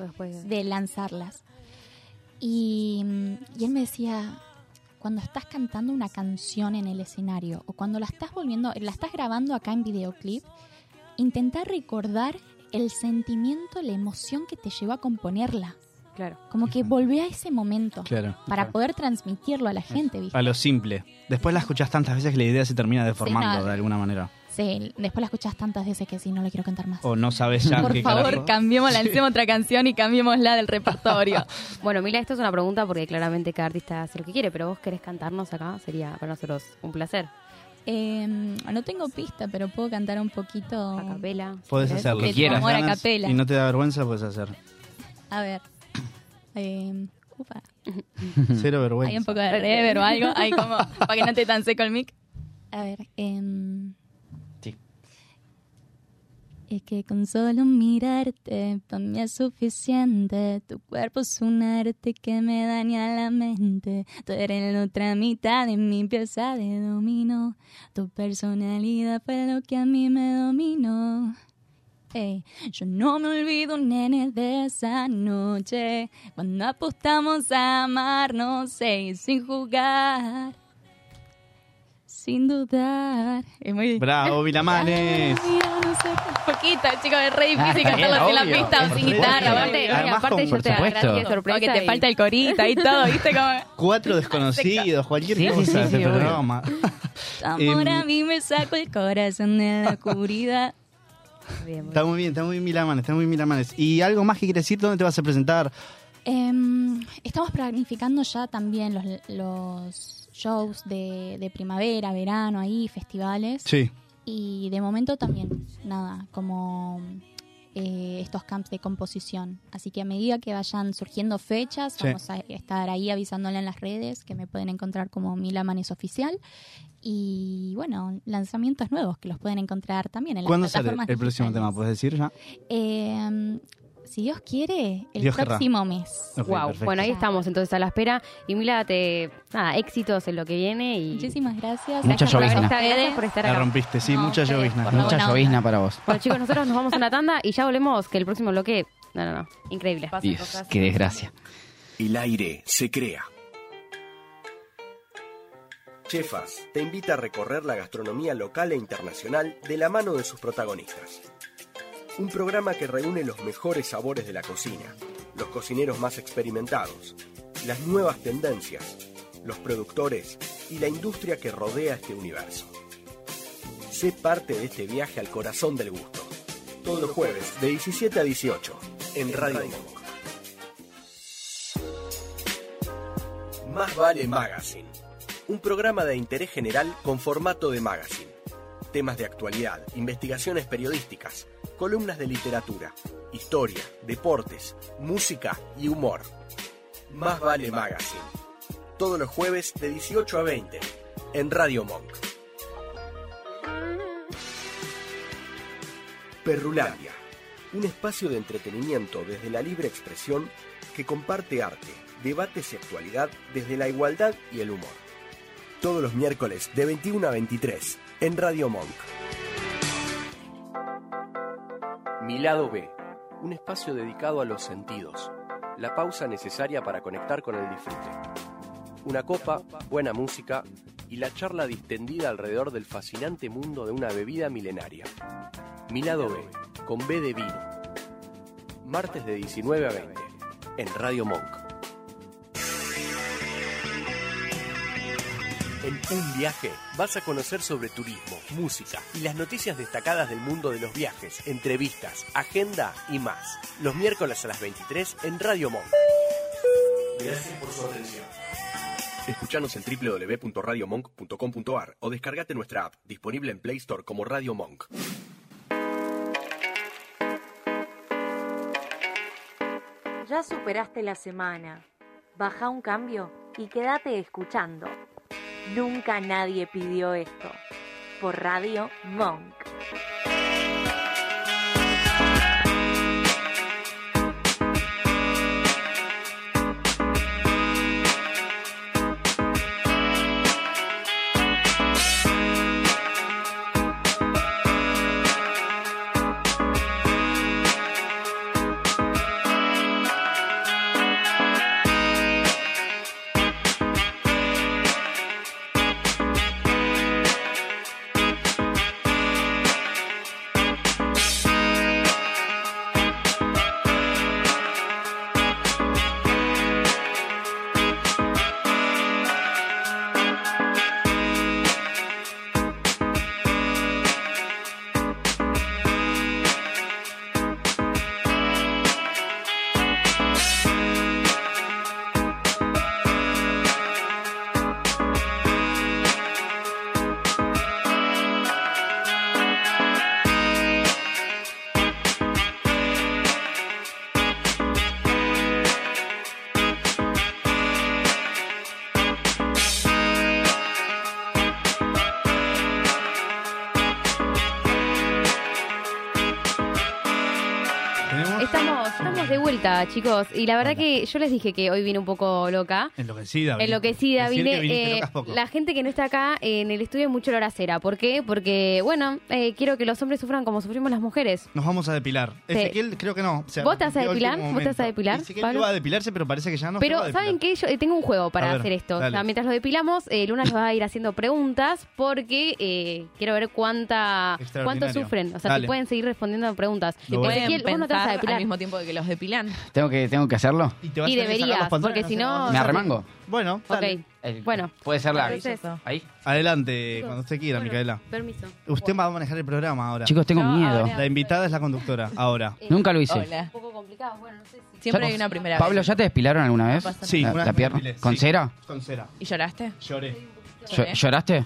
Speaker 10: de lanzarlas. Y, mm, y él me decía, cuando estás cantando una canción en el escenario o cuando la estás volviendo, la estás grabando acá en videoclip, intenta recordar el sentimiento, la emoción que te llevó a componerla.
Speaker 2: Claro.
Speaker 10: Como que volvé a ese momento
Speaker 3: Claro.
Speaker 10: para poder transmitirlo a la gente, ¿viste?
Speaker 3: A lo simple. Después la escuchás tantas veces que la idea se termina deformando
Speaker 10: no.
Speaker 3: de alguna manera.
Speaker 10: Sí, después la escuchas tantas veces que sí, no la quiero cantar más.
Speaker 3: O no sabes ya
Speaker 10: Por
Speaker 3: Ah, qué
Speaker 10: favor,
Speaker 3: carajo.
Speaker 10: cambiémosla, lancemos otra canción y cambiémosla del repertorio.
Speaker 2: Bueno, Mila, esto es una pregunta porque claramente cada artista hace lo que quiere, pero vos querés cantarnos acá, sería para nosotros un placer.
Speaker 10: Eh, no tengo pista, pero puedo cantar un poquito. A
Speaker 2: capela.
Speaker 3: Podés hacerlo.
Speaker 10: Que quieras. Amor a capela.
Speaker 3: Y no te da vergüenza, puedes hacer.
Speaker 10: A ver. Eh, upa. Hay
Speaker 3: Cero
Speaker 10: un
Speaker 3: vergüenza.
Speaker 10: poco de rever o algo. Hay como. Para que no te tan seco el mic. A ver. em,
Speaker 3: Sí.
Speaker 10: Es que con solo mirarte, para mí es suficiente. Tu cuerpo es un arte que me daña la mente. Tú eres la otra mitad de mi pieza de dominó. Tu personalidad fue lo que a mí me dominó. Ey, yo no me olvido, nene, de esa noche. Cuando apostamos a amarnos,
Speaker 4: eh,
Speaker 10: ey, sin jugar, sin dudar.
Speaker 3: Em,
Speaker 10: Es muy
Speaker 3: Bravo, Vilamanes.
Speaker 10: Poquito, chicos, es re
Speaker 3: Ah,
Speaker 10: difícil
Speaker 3: está bien,
Speaker 10: cantarlo sin la
Speaker 3: obvio.
Speaker 10: pista o sin
Speaker 3: Por
Speaker 11: Ah,
Speaker 10: guitarra.
Speaker 3: supuesto.
Speaker 10: aparte-
Speaker 3: Además,
Speaker 10: mira, aparte
Speaker 3: con- por supuesto.
Speaker 10: agradezco sorpresa. Porque te falta el corita y todo, ¿viste? Como...
Speaker 3: Cuatro desconocidos, cualquier
Speaker 10: Sí, sí,
Speaker 3: cosa
Speaker 10: sí,
Speaker 3: de este
Speaker 10: sí, obvio.
Speaker 3: programa.
Speaker 10: Tu Amor a mí me sacó el corazón de la oscuridad.
Speaker 3: Está muy bien, está muy bien Milamanes, está muy bien Milamanes. ¿Y algo más que quieres decir? ¿Dónde te vas a presentar?
Speaker 10: Em, estamos planificando ya también los, los shows de, de primavera, verano, ahí, festivales.
Speaker 3: Sí.
Speaker 10: Y de momento también, nada, como eh, estos camps de composición. Así que a medida que vayan surgiendo fechas,
Speaker 12: Sí.
Speaker 10: vamos a estar ahí avisándole en las redes, que me pueden encontrar como Mila Manes Oficial. Y bueno, lanzamientos nuevos que los pueden encontrar también en las
Speaker 3: ¿Cuándo sale
Speaker 10: plataformas
Speaker 3: el próximo tema? ¿Puedes decir ya?
Speaker 10: eh, si Dios quiere, el
Speaker 3: Dios querrá.
Speaker 10: próximo mes.
Speaker 3: Ok,
Speaker 2: wow.
Speaker 3: perfecto.
Speaker 2: Bueno, ahí estamos entonces a la espera. Y Mila, te, nada, éxitos en lo que viene. Y
Speaker 10: Muchísimas gracias.
Speaker 11: Mucha
Speaker 2: por
Speaker 11: llovizna.
Speaker 2: estar- Gracias por estar
Speaker 3: La
Speaker 2: acá.
Speaker 3: rompiste, sí, mucha llovizna.
Speaker 11: Mucha llovizna para vos.
Speaker 2: Bueno, chicos, nosotros nos vamos a una tanda y ya volvemos, que el próximo bloque... No, no, no. Increíble.
Speaker 11: Dios, qué desgracia.
Speaker 1: El aire se crea.
Speaker 13: Chefas te invita a recorrer la gastronomía local e internacional de la mano de sus protagonistas. Un programa que reúne los mejores sabores de la cocina, los cocineros más experimentados, las nuevas tendencias, los productores y la industria que rodea este universo. Sé parte de este viaje al corazón del gusto. Todos los jueves de 17 a 18 en Radio Monk. Más vale Magazine. Un programa de interés general con formato de magazine. Temas de actualidad, investigaciones periodísticas, columnas de literatura, historia, deportes, música y humor. Más vale Magazine. Todos los jueves de 18 a 20 en Radio Monk. Perrulandia. Un espacio de entretenimiento desde la libre expresión que comparte arte, debates y actualidad desde la igualdad y el humor. Todos los miércoles de 21 a 23 en Radio Monk. Mi lado B. Un espacio dedicado a los sentidos. La pausa necesaria para conectar con el disfrute. Una copa, buena música y la charla distendida alrededor del fascinante mundo de una bebida milenaria. Mi lado B, con B de vino. Martes de 19 a 20, en Radio Monk. En un viaje vas a conocer sobre turismo, música y las noticias destacadas del mundo de los viajes, entrevistas, agenda y más. Los miércoles a las 23 en Radio Monk. Gracias por su atención. Escuchanos en www.radiomonk.com.ar o descargate nuestra app, disponible en Play Store como Radio Monk.
Speaker 14: Ya superaste la semana. Baja un cambio y quédate escuchando. Nunca nadie pidió esto. Por Radio Monk.
Speaker 2: Estamos de vuelta, chicos. Y la verdad que yo les dije que hoy vine un poco loca.
Speaker 3: Enloquecida. vine.
Speaker 2: Enloquecida,
Speaker 3: Decir
Speaker 2: vine.
Speaker 3: que viniste
Speaker 2: eh,
Speaker 3: loca es poco.
Speaker 2: la gente que no está acá eh, en el estudio es mucho olor a cera. ¿Por qué? Porque, bueno, eh, quiero que los hombres sufran como sufrimos las mujeres.
Speaker 3: Nos vamos a depilar.
Speaker 2: Te-
Speaker 3: Ezequiel, creo que no. se
Speaker 2: ¿Vos te vas a
Speaker 3: arrepintió a
Speaker 2: depilar?
Speaker 3: último
Speaker 2: ¿Vos te vas a
Speaker 3: momento.
Speaker 2: depilar,
Speaker 3: Ezequiel
Speaker 2: Pablo?
Speaker 3: iba a depilarse, pero parece que ya no se
Speaker 2: Pero,
Speaker 3: va a depilar.
Speaker 2: ¿saben qué? Yo eh, tengo un juego para
Speaker 3: A ver,
Speaker 2: hacer esto. O sea,
Speaker 3: dale.
Speaker 2: mientras lo depilamos, eh, Luna les va a ir haciendo preguntas porque eh, quiero ver cuánta cuánto
Speaker 11: Extraordinario.
Speaker 2: sufren. O sea, si
Speaker 11: Dale.
Speaker 2: pueden seguir respondiendo a preguntas.
Speaker 11: Lo voy a-
Speaker 2: Ezequiel, vos no te vas a
Speaker 4: pensar
Speaker 2: depilar.
Speaker 4: al mismo tiempo que los depilan.
Speaker 11: ¿Tengo que, tengo que hacerlo? Y,
Speaker 2: Y deberías, porque si no...
Speaker 11: ¿Me arremango?
Speaker 3: Bueno,
Speaker 2: Ok, bueno.
Speaker 11: Puede ser la...
Speaker 2: Entonces,
Speaker 11: Ahí.
Speaker 3: Adelante, cuando usted quiera, Micaela.
Speaker 2: Permiso.
Speaker 3: Usted va a manejar el programa ahora.
Speaker 11: Chicos, tengo No, miedo. ahora.
Speaker 3: La invitada es la conductora, ahora.
Speaker 11: Nunca lo hice.
Speaker 4: Hola. Un
Speaker 2: poco complicado, bueno, no sé si...
Speaker 4: Siempre hay una primera
Speaker 11: Pablo,
Speaker 4: vez.
Speaker 11: ¿ya te despilaron alguna vez?
Speaker 4: pasa nada.
Speaker 3: Sí,
Speaker 11: La-
Speaker 3: una
Speaker 11: la,
Speaker 3: vez me
Speaker 11: pierna.
Speaker 3: depilé,
Speaker 11: ¿Con
Speaker 3: sí.
Speaker 11: cera?
Speaker 3: Con cera.
Speaker 4: ¿Y lloraste?
Speaker 3: Lloré.
Speaker 11: Llo- ¿Lloraste?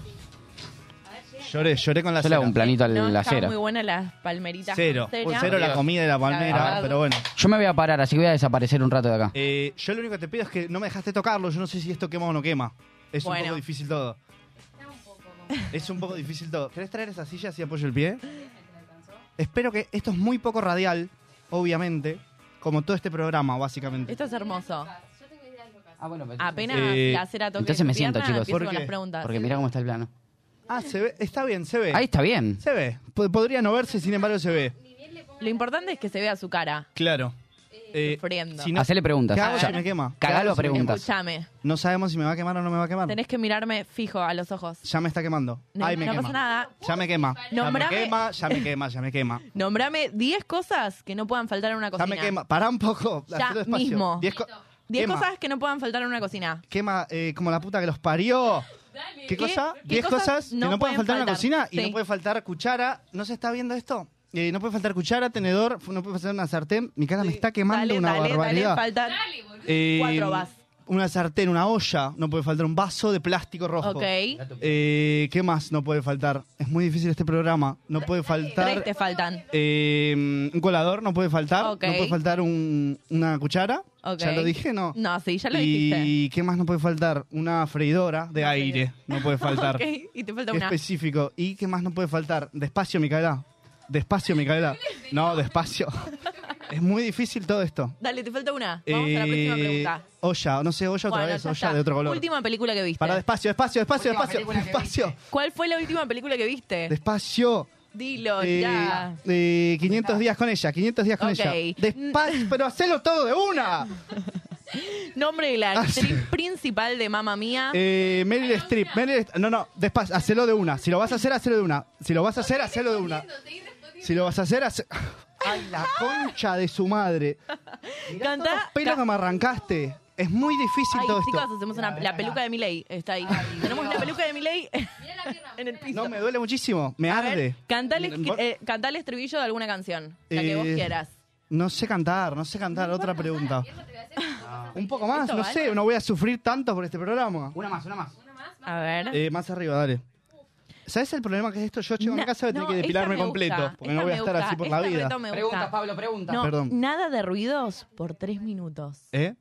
Speaker 3: Lloré, lloré con la
Speaker 11: Yo le hago
Speaker 3: cera.
Speaker 11: un planito a
Speaker 4: No,
Speaker 11: la
Speaker 4: estaban
Speaker 11: cera.
Speaker 4: muy buenas las palmeritas.
Speaker 3: Cero.
Speaker 4: con
Speaker 3: Uy,
Speaker 4: cera.
Speaker 3: cero la comida y la
Speaker 4: La
Speaker 3: palmera,
Speaker 4: verdad.
Speaker 3: pero bueno.
Speaker 11: Yo me voy a parar, así que voy a desaparecer un rato de acá.
Speaker 3: Eh, yo lo único que te pido es que no me dejaste tocarlo. Yo no sé si esto quema o no quema. Es
Speaker 4: Bueno.
Speaker 3: un poco difícil todo. Es un poco difícil todo. ¿Querés traer esa silla si apoyo el pie? Espero que esto es muy poco radial, obviamente, como todo este programa, básicamente.
Speaker 4: Esto es hermoso.
Speaker 11: Ah, bueno,
Speaker 4: Apenas
Speaker 3: Eh,
Speaker 4: la cera toque
Speaker 11: Entonces me
Speaker 4: pierna,
Speaker 11: siento, chicos.
Speaker 4: empiezo con
Speaker 3: Porque-
Speaker 4: las preguntas.
Speaker 11: Porque mira cómo está el plano.
Speaker 3: Ah, se ve. Está bien, se ve.
Speaker 11: Ahí está bien.
Speaker 3: Se ve. Po- podría no verse, sin embargo, se ve.
Speaker 4: Lo importante es que se vea su cara.
Speaker 3: Claro. Eh,
Speaker 4: Sufriendo.
Speaker 3: si no-
Speaker 11: Hacele preguntas.
Speaker 3: ¿Qué hago
Speaker 11: A
Speaker 3: si
Speaker 11: ver.
Speaker 3: me quema?
Speaker 11: Cagalo
Speaker 3: ¿Qué hago
Speaker 11: a
Speaker 3: si me quema?
Speaker 11: preguntas.
Speaker 4: Escúchame.
Speaker 3: No sabemos si me va a quemar o no me va a quemar.
Speaker 4: Tenés que mirarme fijo a los ojos.
Speaker 3: Ya me está quemando.
Speaker 4: No,
Speaker 3: Ay, me
Speaker 4: no
Speaker 3: quema.
Speaker 4: pasa nada.
Speaker 3: Ya me quema. Ya me
Speaker 4: Nombrame-
Speaker 3: quema, ya me quema, ya me quema.
Speaker 4: Nombrame 10 cosas que no puedan faltar en una
Speaker 3: Ya
Speaker 4: cocina.
Speaker 3: me quema. Pará un poco.
Speaker 4: Ya
Speaker 3: hacelo despacio.
Speaker 4: mismo.
Speaker 3: Diez, co-
Speaker 4: 10
Speaker 3: quema.
Speaker 4: cosas que no puedan faltar en una cocina.
Speaker 3: Quema eh, como la puta que los parió. ¿Qué, cosa?
Speaker 4: ¿Qué
Speaker 3: Diez
Speaker 4: cosas
Speaker 3: cosas, que
Speaker 4: no
Speaker 3: no
Speaker 4: pueden
Speaker 3: pueden faltar en la
Speaker 4: faltar?
Speaker 3: cocina. Y
Speaker 4: Sí.
Speaker 3: no puede faltar cuchara. ¿No se está viendo esto? Eh, no puede faltar cuchara, tenedor, fu- no puede faltar una sartén. Mi cara me está quemando
Speaker 4: Dale,
Speaker 3: una
Speaker 4: dale, dale,
Speaker 3: barbaridad.
Speaker 4: faltan
Speaker 3: Eh,
Speaker 4: cuatro vas.
Speaker 3: Una sartén, una olla. No puede faltar un vaso de plástico rojo.
Speaker 4: Ok.
Speaker 3: Eh, ¿Qué más no puede faltar? Es muy difícil este programa. No puede
Speaker 4: Tres
Speaker 3: faltar.
Speaker 4: te faltan.
Speaker 3: eh, un colador no puede faltar.
Speaker 4: Ok.
Speaker 3: No puede faltar un- una cuchara.
Speaker 4: Ok.
Speaker 3: Ya lo dije, ¿no?
Speaker 4: No, sí, ya lo dijiste.
Speaker 3: ¿Y qué más no puede faltar? Una freidora de aire. No puede faltar.
Speaker 4: Ok, y te falta
Speaker 3: Qué
Speaker 4: una.
Speaker 3: específico. ¿Y qué más no puede faltar? Despacio, Micaela. Despacio, Micaela. No, despacio. es muy difícil todo esto.
Speaker 4: Dale, te falta una. Vamos a la
Speaker 3: Eh,
Speaker 4: próxima pregunta.
Speaker 3: Olla, no sé, olla otra
Speaker 4: Bueno,
Speaker 3: vez,
Speaker 4: ya
Speaker 3: olla
Speaker 4: está.
Speaker 3: de otro color.
Speaker 4: Última película que viste.
Speaker 3: Para despacio, despacio, despacio,
Speaker 4: Última
Speaker 3: despacio.
Speaker 4: película que
Speaker 3: Despacio,
Speaker 4: ¿Cuál fue la última película que viste?
Speaker 3: despacio.
Speaker 4: Dilo
Speaker 3: Eh,
Speaker 4: ya.
Speaker 3: eh, 500 días con ella, 500 días con
Speaker 4: Ok. Mm.
Speaker 3: ella. Despacio, pero hacelo todo de una.
Speaker 4: Nombre de la actriz principal de Mamma Mía.
Speaker 3: ah, Eh, Meryl Streep, Meryl Streep- No, no, despacio, hacelo de una. Si lo vas a hacer, hacelo de una. Si lo vas a hacer, hacelo de una. Si lo vas a hacer, hace... Ay, la concha de su madre.
Speaker 4: Canta.
Speaker 3: Pelo que me arrancaste. Es muy difícil
Speaker 4: Ay,
Speaker 3: todo
Speaker 4: chicos,
Speaker 3: esto.
Speaker 4: hacemos una, la peluca de Miley. Está ahí. Tenemos la peluca de Miley en el piso.
Speaker 3: No, me duele muchísimo. Me
Speaker 4: A ver,
Speaker 3: arde.
Speaker 4: cantale,
Speaker 3: Por-
Speaker 4: eh, cantale estribillo de alguna canción. La que vos
Speaker 3: Eh,
Speaker 4: quieras.
Speaker 3: No sé cantar, no sé cantar. Otra pregunta. Ah, Un poco más,
Speaker 4: ¿Esto
Speaker 3: no
Speaker 4: vale?
Speaker 3: sé. No voy a sufrir tanto por este programa.
Speaker 11: Una más, una más.
Speaker 4: A ver.
Speaker 3: Eh, más arriba, dale. ¿Sabes el problema que es esto? Yo llego a mi
Speaker 4: Na-
Speaker 3: casa y voy a tener
Speaker 4: no,
Speaker 3: que
Speaker 4: esta
Speaker 3: depilarme
Speaker 4: me
Speaker 3: completo.
Speaker 4: gusta,
Speaker 3: Porque no
Speaker 4: esta
Speaker 3: voy a
Speaker 4: me
Speaker 3: estar
Speaker 4: gusta,
Speaker 3: así por
Speaker 4: esta
Speaker 3: la vida.
Speaker 4: reto me gusta.
Speaker 11: Preguntas, Pablo, preguntas.
Speaker 4: No,
Speaker 3: Perdón.
Speaker 4: nada de ruidos por tres minutos.
Speaker 3: ¿Eh?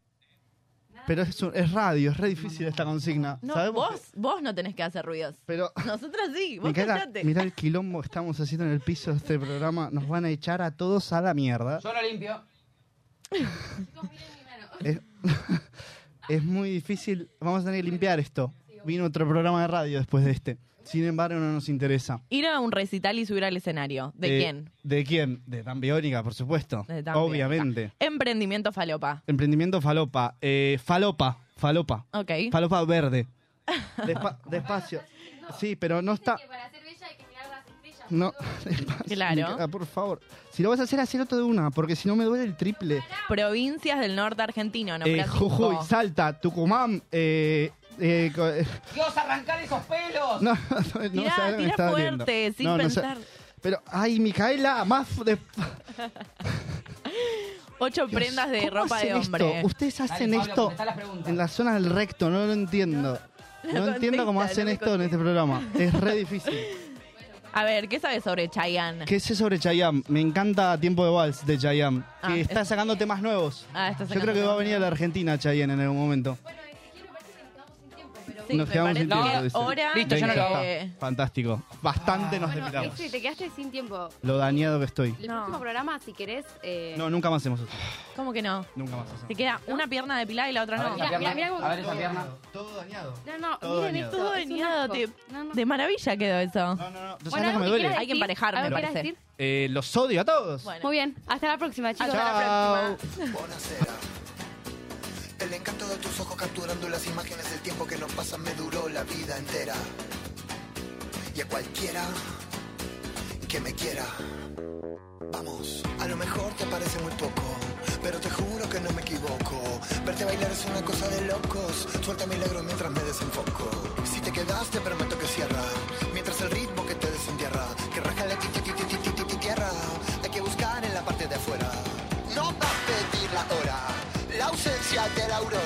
Speaker 3: Pero es, un- es radio, es re difícil esta consigna.
Speaker 4: No,
Speaker 3: ¿Sabemos?
Speaker 4: vos, vos no tenés que hacer ruidos.
Speaker 3: Pero-
Speaker 4: Nosotras sí, vos
Speaker 3: Micaela,
Speaker 4: callate.
Speaker 3: mira el quilombo que estamos haciendo en el piso de este programa. Nos van a echar a todos a la mierda.
Speaker 11: Yo lo limpio.
Speaker 3: Es, es muy difícil. Vamos a tener que limpiar esto. Vino otro programa de radio después de este. Sin embargo, no nos interesa.
Speaker 4: Ir a un recital y subir al escenario. ¿De
Speaker 3: Eh,
Speaker 4: quién?
Speaker 3: ¿De quién? De Dan Biónica, por supuesto.
Speaker 4: De Dan
Speaker 3: Obviamente.
Speaker 4: Emprendimiento falopa.
Speaker 3: Emprendimiento falopa. Eh, falopa. Falopa.
Speaker 4: Ok.
Speaker 3: Falopa verde. Despa- despacio. Sí, pero no está. No, despacio,
Speaker 4: Claro.
Speaker 3: Micaela, por favor. Si lo vas a hacer, hacelo todo de una, porque si no me duele el triple.
Speaker 4: Provincias del norte argentino,
Speaker 3: Eh,
Speaker 4: nombrá cinco.
Speaker 3: Jujuy, Salta, Tucumán, eh, eh, co- eh,
Speaker 11: Dios, arrancar esos pelos.
Speaker 3: no, no, no,
Speaker 4: Tirá,
Speaker 3: sabe lo que
Speaker 4: tirá
Speaker 3: estaba
Speaker 4: fuerte,
Speaker 3: viendo.
Speaker 4: sin
Speaker 3: No, no sé.
Speaker 4: pensar.
Speaker 3: Pero, ay, Micaela, más f- de...
Speaker 4: Ocho prendas de
Speaker 3: ¿Cómo
Speaker 4: ropa de
Speaker 3: hacen esto?
Speaker 4: hombre.
Speaker 3: Ustedes hacen esto en la zona del recto, no lo entiendo. No
Speaker 4: contesta,
Speaker 3: entiendo cómo
Speaker 4: no
Speaker 3: hacen
Speaker 4: me
Speaker 3: esto en este programa. Es re difícil.
Speaker 4: A ver, ¿qué sabes sobre Chayanne?
Speaker 3: ¿Qué sé sobre Chayam? Me encanta Tiempo de Vals de Chayam.
Speaker 4: Ah,
Speaker 3: que está
Speaker 4: es-
Speaker 3: sacando temas nuevos.
Speaker 4: Ah, está
Speaker 3: Yo creo que va a venir a la Argentina Chayanne en algún momento.
Speaker 4: Sí,
Speaker 3: nos
Speaker 4: me
Speaker 3: quedamos sin
Speaker 4: parece
Speaker 3: tiempo.
Speaker 4: que
Speaker 3: dice.
Speaker 4: ahora- Listo, yo
Speaker 3: Venga,
Speaker 4: no lo hago. Ah, este
Speaker 3: ya está. Fantástico. Bastante nos
Speaker 2: Bueno,
Speaker 3: depilamos.
Speaker 2: Ixi, te quedaste sin tiempo.
Speaker 3: Lo dañado que estoy.
Speaker 2: El próximo programa, si querés. eh,
Speaker 3: No, nunca más hacemos eso.
Speaker 4: ¿Cómo que no?
Speaker 3: Nunca más hacemos.
Speaker 4: Te queda una pierna depilada y la otra
Speaker 3: A ver
Speaker 4: no.
Speaker 3: esa Mirá, pierna, mirá, mirá cómo- a ver esa
Speaker 4: Todo
Speaker 3: pierna.
Speaker 4: dañado,
Speaker 3: Todo dañado.
Speaker 2: No, no,
Speaker 3: Todo
Speaker 2: miren
Speaker 3: dañado.
Speaker 2: esto.
Speaker 4: Todo
Speaker 2: es un
Speaker 4: dañado,
Speaker 2: asco.
Speaker 4: te-
Speaker 2: No, no.
Speaker 4: De maravilla quedó eso.
Speaker 3: No, no, no.
Speaker 2: Bueno, algo
Speaker 3: me
Speaker 2: que
Speaker 3: duele.
Speaker 2: quieras
Speaker 4: Hay que
Speaker 2: decir,
Speaker 4: emparejarme,
Speaker 2: algo que
Speaker 4: me
Speaker 2: quieras
Speaker 4: parece.
Speaker 2: decir.
Speaker 3: Eh, los odio a todos.
Speaker 2: Muy bien, hasta la próxima, chicos.
Speaker 3: Chao.
Speaker 12: El encanto de tus ojos capturando las imágenes del tiempo que nos pasa me duró la vida entera. Y a cualquiera que me quiera. Vamos, a lo mejor te parece muy poco, pero te juro que no me equivoco. Verte bailar es una cosa de locos. Suelta milagros mientras me desenfoco. Si te quedas te prometo que cierra, mientras el ritmo que te desentierra, que rasca la ti- ti- ti- ti- ti- ti- ti- tierra. Hay que buscar en la parte de afuera. No va a pedir la hora, la ausencia de la aurora. Ah,